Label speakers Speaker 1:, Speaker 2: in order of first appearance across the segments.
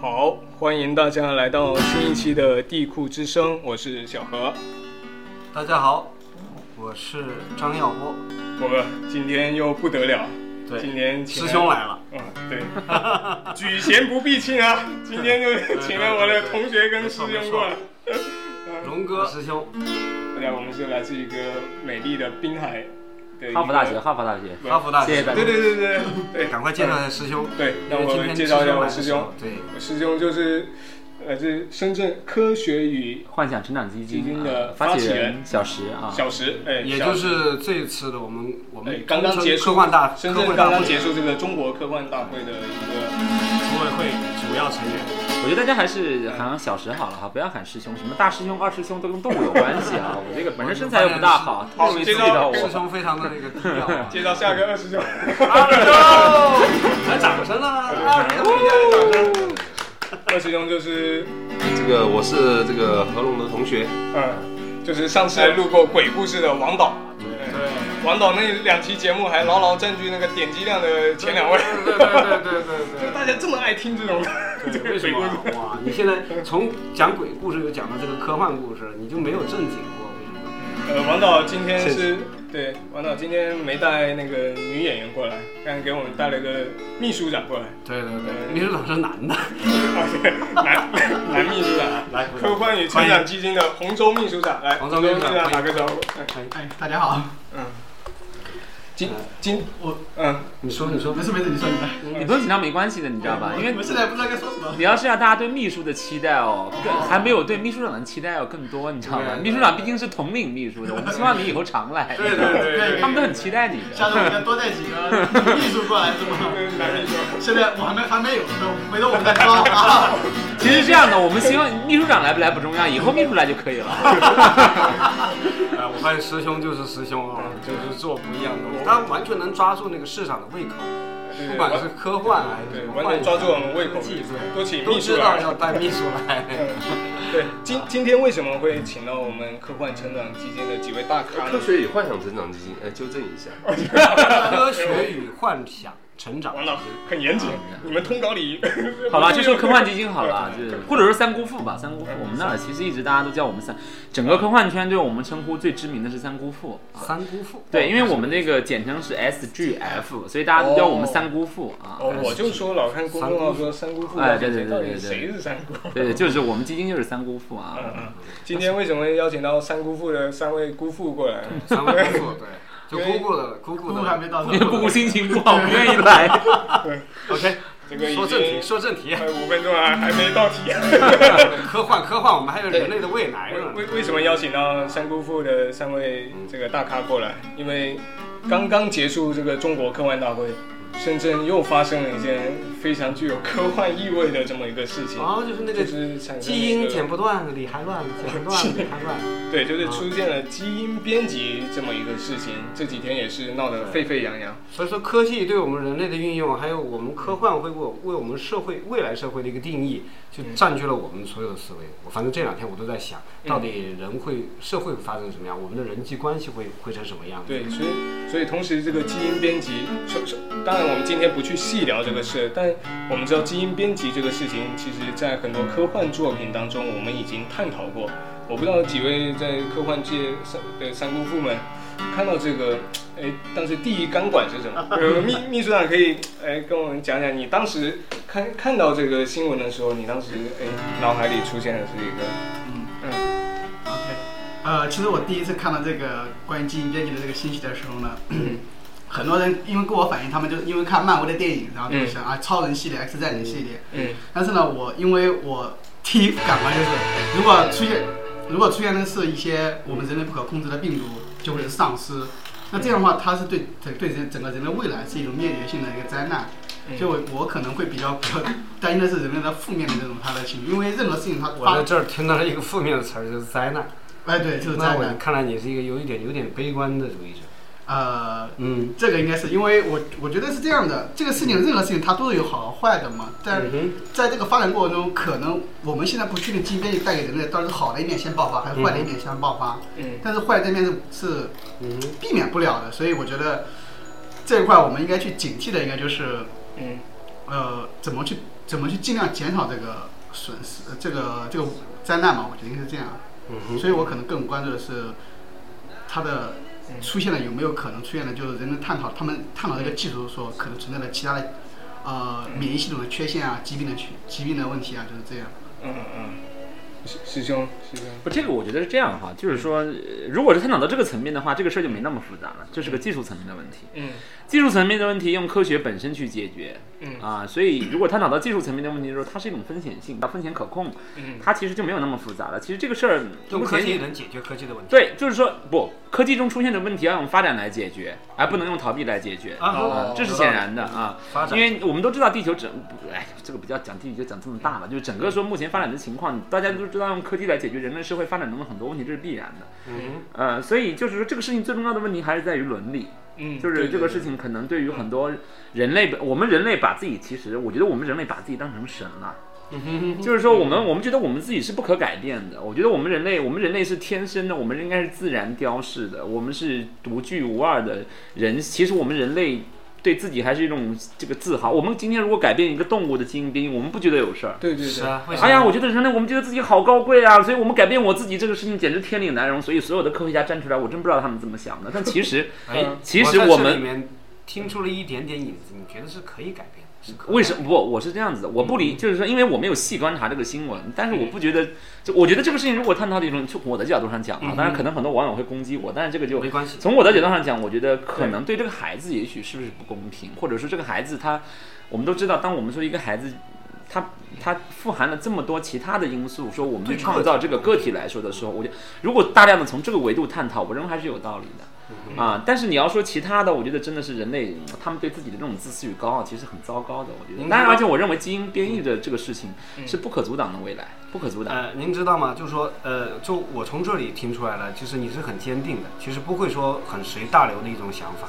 Speaker 1: 好，欢迎大家来到新一期的地库之声，我是小何。
Speaker 2: 大家好，我是张耀波。
Speaker 1: 我们今天又不得了，
Speaker 2: 对
Speaker 1: 今天请
Speaker 2: 师兄来了，
Speaker 1: 嗯，对， 举贤不避亲啊！今天就 请了我的同学跟师兄过来。
Speaker 2: 龙哥师兄，
Speaker 1: 大家，我们是来自一个美丽的滨海的一个
Speaker 3: 哈佛大学，哈佛大学，
Speaker 1: 对
Speaker 2: 哈佛大
Speaker 3: 谢
Speaker 2: 学
Speaker 3: 谢，大
Speaker 1: 对
Speaker 3: 家。
Speaker 1: 对对对对，
Speaker 2: 赶快介绍一下师兄。
Speaker 1: 对，
Speaker 2: 因
Speaker 1: 让
Speaker 2: 为
Speaker 1: 我
Speaker 2: 今
Speaker 1: 们
Speaker 2: 天
Speaker 1: 介绍一下我
Speaker 2: 来的
Speaker 1: 师
Speaker 2: 时
Speaker 1: 兄
Speaker 2: 候。，对，
Speaker 1: 我师兄就是来自深圳科学与
Speaker 3: 幻想成长基
Speaker 1: 基金
Speaker 3: 金
Speaker 1: 的
Speaker 3: 啊
Speaker 1: 发
Speaker 3: 发
Speaker 1: 起
Speaker 3: 起
Speaker 1: 人
Speaker 3: 人小石啊，
Speaker 1: 小石，哎，
Speaker 2: 也
Speaker 1: 小
Speaker 2: 就
Speaker 1: 石
Speaker 2: 是这次的我们我
Speaker 1: 哎
Speaker 2: 们
Speaker 1: 刚刚
Speaker 2: 中
Speaker 1: 结
Speaker 2: 科
Speaker 1: 束
Speaker 2: 科幻大
Speaker 1: 深
Speaker 2: 科
Speaker 1: 圳
Speaker 2: 幻
Speaker 1: 刚
Speaker 2: 大
Speaker 1: 刚
Speaker 2: 会
Speaker 1: 结束这个中国科幻大会的一
Speaker 4: 组委会主要成员，
Speaker 3: 我觉得大家还是喊小石好了哈，不要喊师兄，什么大师兄、二师兄都跟动物有关系 啊。我这个本
Speaker 2: 哎
Speaker 3: 身身材又不大好，
Speaker 1: 好
Speaker 3: 特别
Speaker 1: 这
Speaker 3: 刺
Speaker 1: 个
Speaker 3: 激到
Speaker 2: 师
Speaker 3: 我。
Speaker 2: 兄非常的那个低调
Speaker 1: 个。
Speaker 2: 啊
Speaker 1: 介绍下个二师兄。
Speaker 2: 二哥，来掌声 啊！二哥，
Speaker 1: 二师兄就是，
Speaker 5: 这个我是这个何龙的同学，
Speaker 1: 嗯，就是上次录过鬼故事的王导，
Speaker 2: 对
Speaker 1: 王导那两期节目还牢牢占据那个点击量的前两位，
Speaker 2: 对对对对对对。
Speaker 1: 大家这么爱听这种 这
Speaker 2: 对，
Speaker 1: 个
Speaker 2: 为什
Speaker 1: 鬼
Speaker 2: 么啊
Speaker 1: 故事，
Speaker 2: 哇？你现在从讲鬼故事又讲到这个科幻故事，你就没有正经过，为什么？
Speaker 1: 呃，王导今天是对，王导今天没带那个女演员过来，但给我们带了个秘书长过来，
Speaker 2: 对对对，秘书长是男 的，
Speaker 1: 男男秘书长。
Speaker 2: 来，
Speaker 1: 科幻与成长基金的洪州秘书长来，
Speaker 2: 洪州秘书长
Speaker 1: 打个招呼。嗯
Speaker 4: 哎，大家好，
Speaker 1: 今
Speaker 2: 嗯
Speaker 1: 今
Speaker 4: 我
Speaker 1: 嗯，
Speaker 2: 你说你说
Speaker 4: 没事没事，你说你的，
Speaker 3: 你不用紧张，没关系的，你知道吧？因为
Speaker 4: 我现在不知道该说什么。
Speaker 3: 你要是让大家对秘书的期待哦，
Speaker 1: 嗯
Speaker 3: 更还没有对秘书长的期待要更多，你知道吧？
Speaker 2: 对
Speaker 3: 秘书长毕竟是统领秘书的，我们希望你以后常 来，
Speaker 2: 对对对对
Speaker 3: 他们都很期待你的。
Speaker 4: 下次我们再多带几个秘书过来，是吗？
Speaker 1: 跟男秘书
Speaker 4: 现在我还没还没有，回头我们再说啊。
Speaker 3: 其实这样的，我们希望秘书长来不来不重要，以后秘书来就可以了。
Speaker 2: 哎，我发现师兄就是师兄啊，就是做不一样的东西，他完全能抓住那个市场的胃口，
Speaker 1: 对
Speaker 2: 不
Speaker 1: 对
Speaker 2: 管
Speaker 1: 完
Speaker 2: 是科幻还是
Speaker 1: 对
Speaker 2: 什么
Speaker 1: 完全抓住我们胃口
Speaker 2: 幻想科
Speaker 1: 多
Speaker 2: 技
Speaker 1: 请
Speaker 2: 对，
Speaker 1: 秘
Speaker 2: 都
Speaker 1: 书
Speaker 2: 知道
Speaker 1: 来。
Speaker 2: 要带秘书来。
Speaker 1: 嗯 对，今今天为什么会请到我们科幻成长基金的几位大咖
Speaker 5: 科
Speaker 1: 呢？
Speaker 5: 学与幻想成长基金，呃，纠正一下，
Speaker 2: 嗯科学与幻想成长，
Speaker 1: 王老师很严谨，你们通稿 里
Speaker 3: 好吧，就说科幻基金好了，啊就是或者说三姑父吧，三姑父。
Speaker 1: 嗯
Speaker 3: 我们那儿其实一直大家都叫我们三，整个科幻圈对我们称呼最知名的是三姑父
Speaker 1: 哦
Speaker 3: 啊。
Speaker 2: 三姑父。
Speaker 3: 对，因为我们那个简称是 SGF，所以大家都叫我们三姑父啊。
Speaker 1: 哦，我就说老看公众号说三姑父，
Speaker 3: 哎对对对
Speaker 1: 到底
Speaker 3: 对对对
Speaker 1: 谁是三姑？
Speaker 3: 对对，就是我们基金就是三姑父啊。
Speaker 1: 嗯嗯今天为什么邀请到三姑父的三位姑父过来呢？
Speaker 2: 三 姑父，对，就姑姑的姑姑
Speaker 4: 姑姑还
Speaker 2: 的。
Speaker 4: 没到呢
Speaker 3: 因为姑姑心情不好，不愿意 来。
Speaker 2: OK，
Speaker 1: 这个已
Speaker 2: 说正
Speaker 1: 经
Speaker 2: 题，说正题，
Speaker 1: 呃五分钟啊，还没到题。
Speaker 2: 科幻科幻，我们还有人类的未来
Speaker 1: 为
Speaker 2: 呢。
Speaker 1: 为为什么邀请到三姑父的三位
Speaker 2: 嗯
Speaker 1: 这个大咖过来？因为刚刚结束这个中国科幻大会，深圳又发生了一件非常具有科幻意味的这么一个事情，
Speaker 2: 哦，就是那
Speaker 1: 就
Speaker 2: 个
Speaker 1: 是产生
Speaker 2: 基
Speaker 1: 了一
Speaker 2: 因
Speaker 1: 个
Speaker 2: 剪不哦断，理还乱，剪不断，理还乱。
Speaker 1: 对，就是出现了基因编辑这么一个事情，这几天也是闹得沸沸扬扬。
Speaker 2: 所以说，科技对我们人类的运用，还有我们科幻会为我为我们社会未来社会的一个定义，就占据了我们所有的思维。我反正这两天我都在想，
Speaker 1: 嗯
Speaker 2: 到底人会社会会发生什么样，我们的人际关系会会成什么样？
Speaker 1: 对，所以所以同时这个基因编辑，首首当然我们今天不去细聊这个事，但我们知道基因编辑这个事情，其实在很多科幻作品当中我们已经探讨过。我不知道几位在科幻界三的三姑父们看到这个，哎，当时第一感管是什么？呃，秘秘书长可以哎跟我们讲讲，你当时看看到这个新闻的时候，你当时哎脑海里出现的是一个嗯
Speaker 4: OK，呃，其实我第一次看到这个关于基因编辑的这个信息的时候呢，很多人因为跟我反映，他们就因为看漫威的电影，然后就想、啊，超人系列、X 战警系列。
Speaker 1: 嗯
Speaker 4: 但是呢，我因为我 第一感官就是，如果出现如果出现的是一些我们人类不可控制的病毒，就会是丧尸。那这样的话，它是对对对人整个人类未来是一种灭绝性的一个灾难。
Speaker 1: 嗯
Speaker 2: 嗯
Speaker 4: 所以我我可能会比较比较 担心的是人类的负面的这种它的情绪，因为任何事情它
Speaker 2: 我在
Speaker 4: 发，
Speaker 2: 这儿听到了一个负面的词儿，就是灾难。
Speaker 4: 哎对，就是
Speaker 2: 那
Speaker 4: 灾
Speaker 2: 我
Speaker 4: 难。
Speaker 2: 看来你是一个有一点有点悲观的主义者。
Speaker 4: 呃，
Speaker 2: 嗯，
Speaker 4: 这个应该是因为我我觉得是这样的，这个事情任何事情它都是有好和坏的嘛。在
Speaker 2: 嗯哼
Speaker 4: 在这个发展过程中，可能我们现在不确定基因编辑带给人类到底是好的一面先爆发，还是坏的一面先爆发。
Speaker 1: 嗯
Speaker 4: 但是坏的这面是是
Speaker 2: 嗯哼，
Speaker 4: 避免不了的，所以我觉得这一块我们应该去警惕的，应该就是
Speaker 1: 嗯
Speaker 4: 呃怎么去怎么去尽量减少这个损失，呃这个这个灾难嘛，我觉得应该是这样。
Speaker 2: 嗯哼，
Speaker 4: 所以我可能更关注的是它的
Speaker 2: 嗯
Speaker 4: 出现了有没有可能出现的，就是人们探讨他们探讨这个技术所可能存在的其他的呃免疫系统的缺陷啊、疾病的缺疾病的问题啊，就是这样。
Speaker 1: 嗯嗯嗯，师师兄师兄，
Speaker 3: 不，这个我觉得是这样哈，就是说，呃如果是探讨到这个层面的话，这个事儿就没那么复杂了，这是个技术层面的问题。
Speaker 1: 嗯
Speaker 3: 技术层面的问题用科学本身去解决
Speaker 1: 嗯
Speaker 3: 啊，所以如果探讨到技术层面的问题的时候，它是一种风险性，它风险可控，
Speaker 1: 嗯
Speaker 3: 它其实就没有那么复杂了。其实这个事儿
Speaker 2: 用
Speaker 3: 目
Speaker 2: 科技
Speaker 3: 前
Speaker 2: 能解决科技的问题。
Speaker 3: 对，就是说不，科技中出现的问题要用发展来解决，而不能用逃避来解决。
Speaker 2: 啊
Speaker 3: 啊
Speaker 2: 哈，
Speaker 3: 这是显然的啊，
Speaker 2: 发展
Speaker 3: 因为我们都知道地球整，不哎，这个不叫讲地球讲这么大了，就是整个说目前发展的情况，大家都知道用科技来解决人类社会发展中的很多问题，这是必然的。
Speaker 1: 嗯
Speaker 3: 呃，所以就是说这个事情最重要的问题还是在于伦理，
Speaker 1: 嗯，
Speaker 3: 就是这个事
Speaker 1: 情，
Speaker 3: 情可能对于很多人类，我们人类把自己其实，我觉得我们人类把自己当成神了。
Speaker 1: 嗯
Speaker 2: 嗯
Speaker 3: 就是说，我们我们觉得我们自己是不可改变的。我觉得我们人类，我们人类是天生的，我们应该是自然雕饰的，我们是独具无二的人。其实我们人类对自己还是一种这个自豪。我们今天如果改变一个动物的基因编译，我们不觉得有事儿。
Speaker 1: 对对
Speaker 2: 是
Speaker 1: 对，
Speaker 2: 啊，为什么？
Speaker 3: 哎呀，我觉得人类，我们觉得自己好高贵啊，所以我们改变我自己这个事情简直天理难容。所以所有的科学家站出来，我真不知道他们怎么想的。但其实
Speaker 2: 哎，
Speaker 3: 其实我
Speaker 2: 在这
Speaker 3: 们
Speaker 2: 里面听出了一点点影子，你觉得是可以改变的，是可以嗯
Speaker 3: 为什么不？我是这样子的，我不理，就是说，因为我没有细观察这个新闻，但是我不觉得，就我觉得这个事情如果探讨的一种，从我的角度上讲啊，当然可能很多网友会攻击我，但是这个
Speaker 2: 嗯
Speaker 3: 就
Speaker 2: 没关系。
Speaker 3: 从我的角度上讲，我觉得可能对这个孩子也许是不是不公平，或者说这个孩子他，我们都知道，当我们说一个孩子，他他富含了这么多其他的因素，说我们去
Speaker 2: 对个体
Speaker 3: 创造这个个体来说的时候，我觉得如果大量的从这个维度探讨，我认为还是有道理的。
Speaker 2: 嗯
Speaker 3: 啊，但是你要说其他的，我觉得真的是人类他们对自己的这种自私与高傲，其实很糟糕的。我觉得，
Speaker 2: 您
Speaker 3: 当然，
Speaker 2: 说
Speaker 3: 而且我认为基因编译的这个事情
Speaker 1: 嗯
Speaker 3: 是不可阻挡的未来，不可阻挡。
Speaker 2: 呃，您知道吗？就是说，呃，就我从这里听出来了，就是你是很坚定的，其实不会说很随大流的一种想法。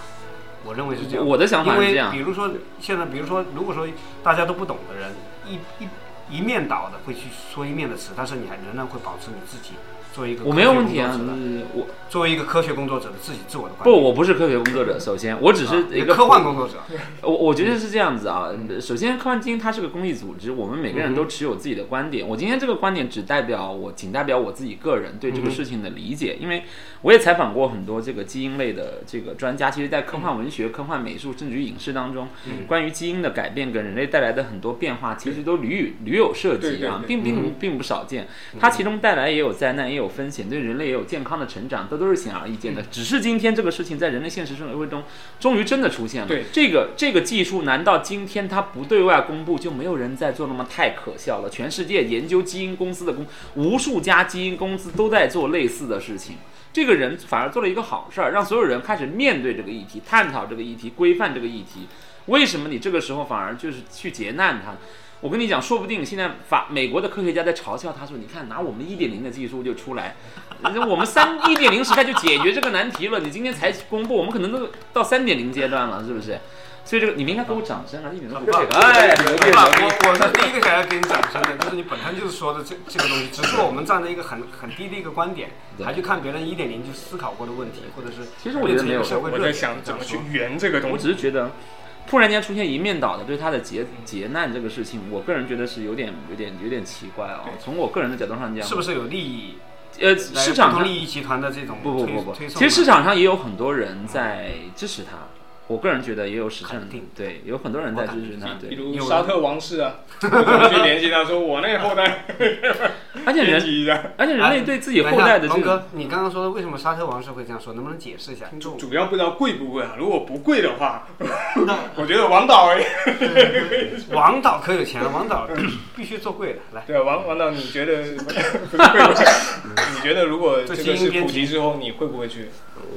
Speaker 2: 我认为是这样。
Speaker 3: 我的想法
Speaker 2: 呃因
Speaker 3: 是这
Speaker 2: 为
Speaker 3: 样
Speaker 2: 比，如说现在，比如说，如果说大家都不懂的人，一一一面倒的会去说一面的词，但是你还仍然会保持你自己作为一个
Speaker 3: 我没有
Speaker 2: 科学
Speaker 3: 问题啊
Speaker 2: 工作，者的
Speaker 3: 嗯我
Speaker 2: 作为一个科学工作者的自己自我的观
Speaker 3: 不，
Speaker 2: 点。
Speaker 3: 我不是科学工作者，首先，我只是
Speaker 2: 啊
Speaker 3: 一个
Speaker 2: 科幻工作者，
Speaker 3: 我我觉得是这样子啊，首先科幻基金它是个公益组织，我们每个人都持有自己的观点。我今天这个观点只代表我，仅代表我自己个人对这个事情的理解，因为我也采访过很多这个基因类的这个专家，其实，在科幻文学、科幻美术，甚至于影视当中，关于基因的改变跟人类带来的很多变化，其实都屡有屡有涉
Speaker 1: 对
Speaker 3: 及
Speaker 1: 对
Speaker 3: 啊
Speaker 1: 对，
Speaker 3: 并并并不少见。它其中带来也有灾难，也有风险，对人类也有健康的成长，这都是显而易见的。只是今天这个事情在人类现实生活中终于真的出现了。
Speaker 1: 对
Speaker 3: 这个这个技术，难道今天它不对外公布，就没有人在做了吗？太可笑了！全世界研究基因公司的公，无数家基因公司都在做类似的事情。这个人反而做了一个好事儿，让所有人开始面对这个议题，探讨这个议题，规范这个议题。为什么你这个时候反而就是去劫难它？我跟你讲，说不定现在法美国的科学家在嘲笑他说：“你看，拿我们一点零的技术就出来，那我们三 一点零时代就解决这个难题了。你今天才公布，我们可能都到三点零阶段了，是不是？所以这个你们应该给我掌声啊！一点都不这个，哎，
Speaker 1: 牛逼
Speaker 2: 对吧？
Speaker 1: 牛逼，
Speaker 2: 我我是第一个想要给你掌声的，就是你本身就是说的这这个东西，只是我们站在一个很很低的一个观点，
Speaker 3: 对
Speaker 2: 还去看别人一点零去思考过的问题，或者是
Speaker 3: 其实我觉得没
Speaker 2: 变成
Speaker 3: 有
Speaker 2: 一个社会热
Speaker 1: 我
Speaker 2: 点
Speaker 1: 在想怎么去圆这个
Speaker 3: 我
Speaker 1: 东
Speaker 3: 只
Speaker 1: 西。
Speaker 3: 是觉得，突然间出现一面倒的对他的劫劫难这个事情，我个人觉得是有点有点有点奇怪啊、从我个人的角度上讲，
Speaker 2: 是不是有利益？
Speaker 3: 呃，市场
Speaker 2: 不
Speaker 3: 上
Speaker 2: 同利益集团的这种
Speaker 3: 不不
Speaker 2: 推
Speaker 3: 不不，
Speaker 2: 推送
Speaker 3: 其实市
Speaker 2: 呢
Speaker 3: 场上也有很多人在支持他。我个人觉得也有实证
Speaker 2: 肯定，
Speaker 3: 对，有很多人在支持他，
Speaker 1: 比
Speaker 3: 对，
Speaker 1: 如沙特王室啊， 我们去联系他说我那后代
Speaker 3: 而且
Speaker 1: 编
Speaker 3: 人，
Speaker 1: 辑一下，
Speaker 3: 而且人
Speaker 2: 哎
Speaker 3: 类对自己后代
Speaker 2: 等
Speaker 3: 的这
Speaker 2: 一下龙
Speaker 3: 个，
Speaker 2: 哥，你刚刚说的为什么沙特王室会这样说？能不能解释一下？听众
Speaker 1: 主要不知道贵不贵啊。如果不贵的话，
Speaker 4: 那
Speaker 1: 我觉得王导而已。
Speaker 2: 王导可有钱了，王导必须做贵的，来，
Speaker 1: 对，王王导，你觉得不是贵不贵？你觉得如果这个是普及之后，你会不会去？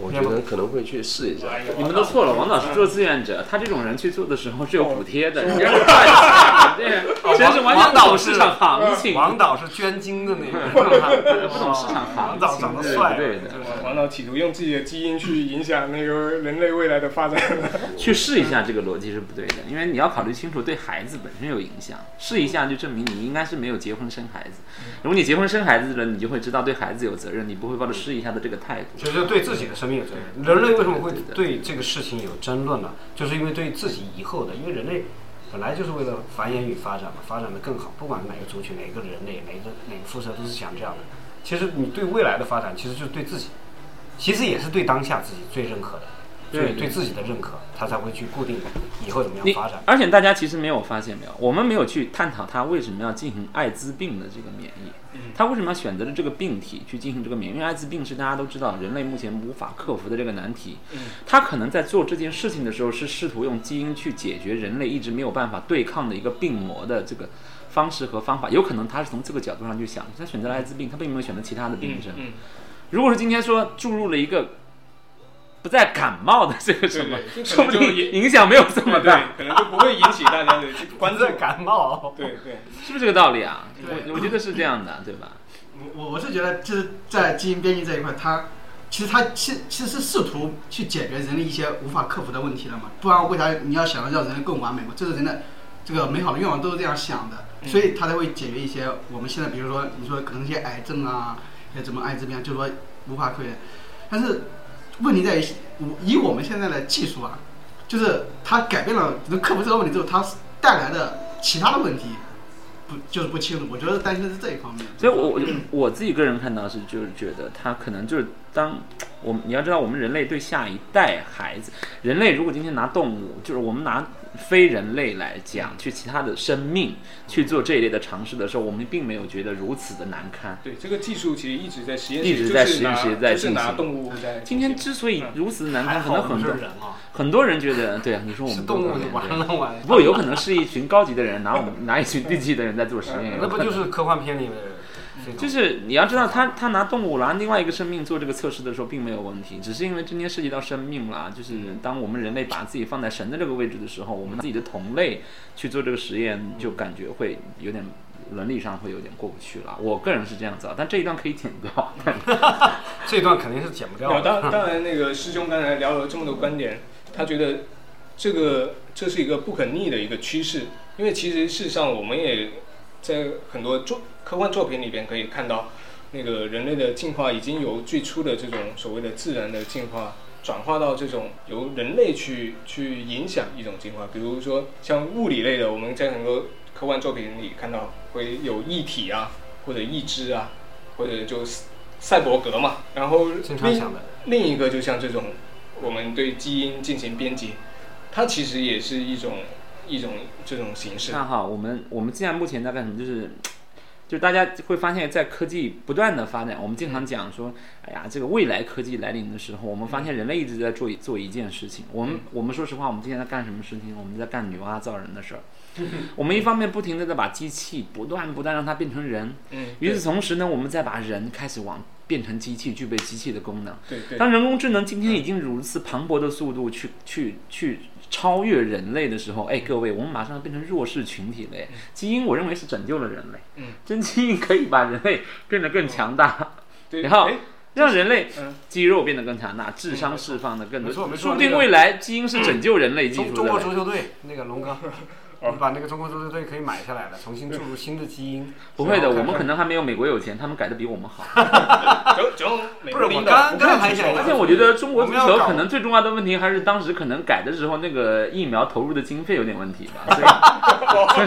Speaker 5: 我觉得可能会去试一下。
Speaker 1: 哎
Speaker 3: 你们都错了，王导是做志愿者，他这种人去做的时候是有补贴的，人家是赚钱，对，真是完全
Speaker 2: 哦王
Speaker 3: 不懂
Speaker 2: 导
Speaker 3: 市
Speaker 2: 是
Speaker 3: 场行情，
Speaker 2: 王导是捐精的那 个，不
Speaker 3: 不懂市场行
Speaker 2: 王导长得
Speaker 3: 情，
Speaker 2: 帅，啊
Speaker 3: 对的。
Speaker 1: 王王导企图用自己的基因去影响那个人类未来的发展。
Speaker 3: 去试一下这个逻辑是不对的，因为你要考虑清楚对孩子本身有影响。试一下就证明你应该是没有结婚生孩子。如果你结婚生孩子了，你就会知道对孩子有责任，你不会抱着试一下的这个态度。
Speaker 2: 其实对自己的生命有责任。人类为什么会对这个事情有争论呢？就是因为对自己以后的，因为人类本来就是为了繁衍与发展嘛，发展的更好，不管是哪个族群、哪个人类、哪个哪个肤色，都是想这样的。其实你对未来的发展，其实就是对自己，其实也是对当下自己最认可的，
Speaker 3: 对
Speaker 2: 对对自己的认可，他才会去固定以后怎么样
Speaker 3: 你
Speaker 2: 发展。
Speaker 3: 而且大家其实没有发现没有，我们没有去探讨他为什么要进行艾滋病的这个免疫，
Speaker 1: 嗯
Speaker 3: 他为什么要选择了这个病体去进行这个免疫？因为艾滋病是大家都知道人类目前无法克服的这个难题，
Speaker 1: 嗯
Speaker 3: 他可能在做这件事情的时候是试图用基因去解决人类一直没有办法对抗的一个病魔的这个方式和方法，有可能他是从这个角度上去想，他选择了艾滋病，他并没有选择其他的病 症。
Speaker 1: 嗯，
Speaker 3: 如果是今天说注入了一个不再感冒的这个什么，
Speaker 1: 对对这可能
Speaker 3: 说不
Speaker 1: 就
Speaker 3: 定
Speaker 1: 也
Speaker 3: 影响没有这么
Speaker 1: 对
Speaker 3: 大。
Speaker 1: 对，可能就不会引起大家的关
Speaker 2: 关
Speaker 1: 注
Speaker 2: 在。感冒，
Speaker 1: 对对，
Speaker 3: 是不是这个道理啊？
Speaker 4: 对
Speaker 3: 我我觉得是这样的，啊对吧？
Speaker 4: 我我我是觉得就是在基因编辑这一块，它其实它其其实是试图去解决人类一些无法克服的问题的嘛，不然为啥你要想要让人类更完美嘛？这是人的这个美好的愿望都是这样想的，所以它才会解决一些我们现在比如说你说可能一些癌症啊，也怎么艾滋病啊，就是说无法克服。但是问题在于，我以我们现在的技术啊，就是它改变了能克服这个问题之后，它带来的其他的问题。不就是不清楚，我觉得担心的是这一方面。
Speaker 3: 所以我，我我自己个人看到是，就是觉得他可能就是当我们你要知道，我们人类对下一代孩子，人类如果今天拿动物，就是我们拿非人类来讲，去其他的生命去做这一类的尝试的时候，我们并没有觉得如此的难堪。
Speaker 1: 对，这个技术其实一直在实验室，
Speaker 3: 一直在
Speaker 1: 就是
Speaker 3: 实验室
Speaker 1: 拿
Speaker 3: 在
Speaker 1: 就是
Speaker 3: 进
Speaker 1: 拿
Speaker 3: 行
Speaker 1: 动物在进
Speaker 3: 今
Speaker 1: 行。
Speaker 3: 天之所以如此难
Speaker 2: 还
Speaker 3: 堪，可
Speaker 2: 好
Speaker 3: 能
Speaker 2: 不
Speaker 3: 很
Speaker 2: 是
Speaker 3: 多
Speaker 2: 人啊，
Speaker 3: 很多人觉得，对啊，你说我
Speaker 2: 是
Speaker 3: 们
Speaker 2: 动物
Speaker 3: 多可
Speaker 2: 就
Speaker 3: 怜
Speaker 2: 完
Speaker 3: 对
Speaker 2: 了完
Speaker 3: 不过有可能是一群高级的人拿我们拿一群低级的人在做实验，
Speaker 2: 那不就是科幻片里的这种？
Speaker 3: 就是你要知道他，他拿动物拿另外一个生命做这个测试的时候，并没有问题，只是因为今天涉及到生命啦，就是
Speaker 2: 嗯
Speaker 3: 当我们人类把自己放在神的这个位置的时候，我们自己的同类去做这个实验，就感觉会有点伦理上会有点过不去了。我个人是这样子啊，但这一段可以剪掉。
Speaker 2: 这段肯定是剪不掉
Speaker 1: 那
Speaker 2: 的。
Speaker 3: 嗯
Speaker 1: 当当然，那个师兄刚才聊了这么多观点，他觉得这个这是一个不可逆的一个趋势，因为其实事实上我们也在很多作科幻作品里边可以看到，那个人类的进化已经由最初的这种所谓的自然的进化。转化到这种由人类去去影响一种进化，比如说像物理类的，我们在很多科幻作品里看到会有异体啊，或者义肢啊，或者就是赛博格嘛。然后
Speaker 2: 经常
Speaker 1: 另
Speaker 2: 想的
Speaker 1: 另一个就像这种，我们对基因进行编辑，它其实也是一种一种这种形式。
Speaker 3: 那好，我们我们现在目前在干什么？就是。就是大家会发现，在科技不断的发展，我们经常讲说，哎呀，这个未来科技来临的时候，我们发现人类一直在做一做一件事情。我们我们说实话，我们今天在干什么事情？我们在干女娲造人的事儿。我们一方面不停的在把机器不断不断让它变成人，
Speaker 1: 嗯，
Speaker 3: 与此同时呢，我们再把人开始往变成机器，具备机器的功能。
Speaker 1: 对对对
Speaker 3: 当人工智能今天已经如此磅礴的速度去去去超越人类的时候，哎，
Speaker 2: 嗯
Speaker 3: 各位，我们马上要变成弱势群体了耶。基因我认为是拯救了人类，
Speaker 1: 嗯，
Speaker 3: 真基因可以把人类变得更强
Speaker 2: 哦
Speaker 3: 大，
Speaker 1: 对。
Speaker 3: 然后
Speaker 1: 哎
Speaker 3: 让人类
Speaker 1: 嗯
Speaker 3: 肌肉变得更强大，智商释放的更
Speaker 2: 嗯没错没
Speaker 3: 多。
Speaker 2: 错
Speaker 3: 说不定
Speaker 2: 那个
Speaker 3: 未来基因是拯救人类技
Speaker 2: 中
Speaker 3: 术
Speaker 2: 中
Speaker 3: 的哦
Speaker 2: 国
Speaker 3: 嘞。
Speaker 2: 足球队那个龙 哥，你把那个中国足球队可以买下来了，重新注入新的基因。
Speaker 3: 不会的，
Speaker 2: 然后
Speaker 3: 我
Speaker 2: 啊看
Speaker 3: 们
Speaker 2: 看
Speaker 3: 可能还没有美国有钱，他们改的比我们好。
Speaker 1: 只只要美国
Speaker 2: 不是我
Speaker 1: 领导
Speaker 2: 刚刚
Speaker 1: 不会
Speaker 2: 还
Speaker 1: 去
Speaker 2: 想
Speaker 1: 说
Speaker 3: 而且我觉得中国足
Speaker 2: 我们
Speaker 3: 球
Speaker 2: 要搞
Speaker 3: 可能最重要的问题还是当时可能改的时候那个疫苗投入的经费有点问题吧， 所以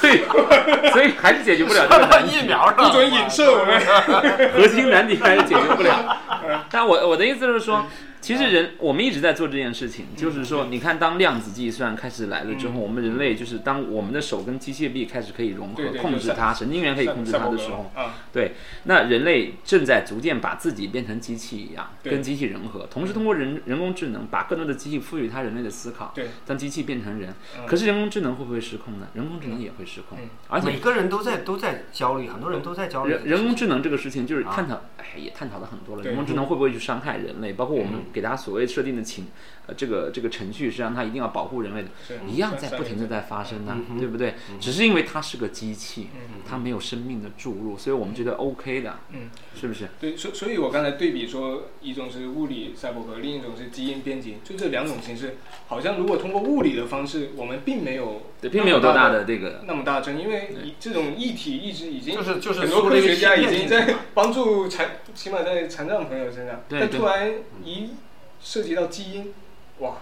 Speaker 3: 所以所以还是解决不了这个难题
Speaker 2: 疫。苗了，
Speaker 1: 不准影射我们。
Speaker 3: 核心难题还是解决不了。 但我我的意思就是说，其实人我们一直在做这件事情，就是说，你看，当量子计算开始来了之后，我们人类就是当我们的手跟机械臂开始可以融合
Speaker 1: 对对，
Speaker 3: 控制它，神经元可以控制它的时候，
Speaker 1: 啊，
Speaker 3: 对，那人类正在逐渐把自己变成机器一样，
Speaker 1: 对
Speaker 3: 跟机器融合，同时通过人人工智能把更多的机器赋予它人类的思考，
Speaker 1: 对，
Speaker 3: 将机器变成人。
Speaker 1: 嗯
Speaker 3: 可是人工智能会不会失控呢？人工智能也会失控，
Speaker 1: 嗯
Speaker 3: 而且
Speaker 2: 每个人都在都在焦虑，很多人都在焦虑。
Speaker 3: 人人工智能这个事情就是探讨，哎，也探讨了很多了。
Speaker 1: 对
Speaker 3: 人工智能会不会去伤害人类？包括我们给它所谓设定的情，呃，这个这个程序是让它一定要保护人类的，
Speaker 1: 是
Speaker 3: 一样在不停的在发生呢、对不对？只是因为它是个机器，它没有生命的注入，所以我们觉得 OK 的，
Speaker 1: 嗯，
Speaker 3: 是不是？
Speaker 1: 对，所所以，我刚才对比说，一种是物理赛博格，另一种是基因编辑，就这两种形式，好像如果通过物理的方式，我们并没有
Speaker 3: 对，并没有多大
Speaker 1: 那么
Speaker 3: 的这个。
Speaker 1: 那么大争议，因为以这种议题一直已经
Speaker 2: 就是就是
Speaker 1: 很多
Speaker 2: 说
Speaker 1: 科
Speaker 2: 了一个
Speaker 1: 学家已
Speaker 2: 芯
Speaker 1: 经
Speaker 2: 片
Speaker 1: 在帮助残，起码在残障朋友身上，
Speaker 3: 对
Speaker 1: 但
Speaker 3: 对
Speaker 1: 突然一涉及到基因，哇，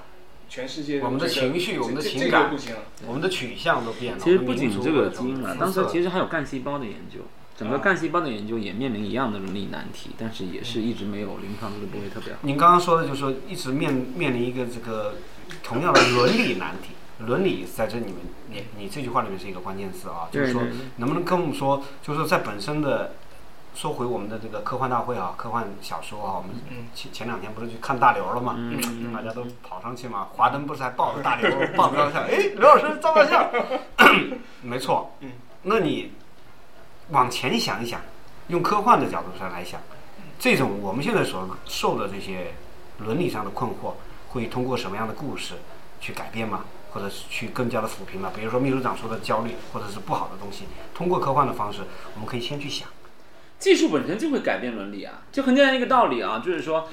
Speaker 1: 全世界
Speaker 2: 我们的
Speaker 1: 这个
Speaker 2: 情绪
Speaker 1: 这
Speaker 2: 我们的
Speaker 1: 这
Speaker 2: 情
Speaker 1: 这个
Speaker 2: 感
Speaker 1: 不行了。
Speaker 2: 我们的取向都变了。
Speaker 3: 其实
Speaker 2: 我
Speaker 3: 不
Speaker 2: 们
Speaker 3: 仅
Speaker 2: 民族
Speaker 3: 这个
Speaker 2: 或者
Speaker 3: 基因啊
Speaker 2: 肤，色
Speaker 3: 当时其实还有干细胞的研究，整个干细胞的研究也面临一样的伦理难题，但是也是一直没有临床的不会特别好。
Speaker 2: 您刚刚说的，就是说一直面面临一个这个同样的伦理难题。伦理在这里面，你你这句话里面是一个关键词啊，就是
Speaker 3: 对
Speaker 2: 说
Speaker 3: 对对
Speaker 2: 能不能跟我们说，就是说在本身的，说回我们的这个科幻大会啊，科幻小说啊，我们
Speaker 1: 嗯
Speaker 2: 前前两天不是去看大刘了嘛，
Speaker 3: 嗯
Speaker 2: 大家都跑上去嘛，华灯不是还抱着大刘 抱着照相，哎，刘老师照张相， 没错，
Speaker 1: 嗯
Speaker 2: 那你往前想一想，用科幻的角度上来想，这种我们现在所受的这些伦理上的困惑，会通过什么样的故事去改变吗？或者是去更加的抚平吗？比如说秘书长说的焦虑，或者是不好的东西，通过科幻的方式，我们可以先去想。
Speaker 3: 技术本身就会改变伦理啊，就很简单一个道理啊，就是说，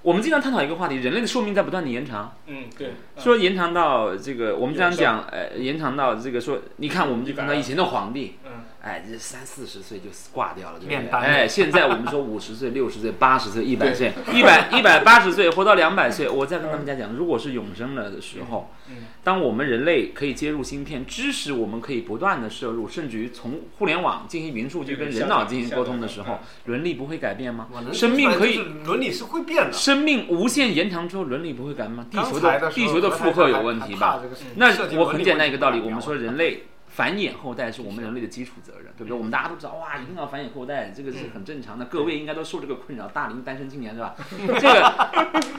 Speaker 3: 我们经常探讨一个话题，人类的寿命在不断的延长。
Speaker 1: 嗯，对，嗯
Speaker 3: 说延长到这个，我们经常讲，呃，延长到这个说，你看，我们就看到以前的皇帝，
Speaker 1: 嗯，
Speaker 3: 哎，这三四十岁就挂掉了，对
Speaker 2: 炼
Speaker 3: 不对？
Speaker 2: 丹
Speaker 3: 哎，现在我们说五十岁、六十岁、八十岁、一百岁、一百一百八十岁，活到两百岁。我再跟他们家讲，如果是永生了的时候，
Speaker 2: 嗯
Speaker 3: 当我们人类可以接入芯片，知识我们可以不断的摄入，甚至于从互联网进行云数据
Speaker 1: 对
Speaker 3: 跟
Speaker 1: 对
Speaker 3: 人脑进行沟通的时
Speaker 1: 下载下
Speaker 3: 候
Speaker 1: 载，
Speaker 3: 伦理不会改变吗
Speaker 2: 我能？
Speaker 3: 生命可以
Speaker 2: 就是伦理是会变的。
Speaker 3: 生命无限延长之后，伦理不会改变吗？地球
Speaker 2: 刚才时候
Speaker 3: 地球的负荷有问题吧？？那我很简单一个道理，我啊们说人类繁衍后代是嗯我们人类的基础责任，对不对？我们大家都知道，哇，一定要繁衍后代，这个是很正常的。各位应该都受这个困扰，大龄单身青年是 吧？这个，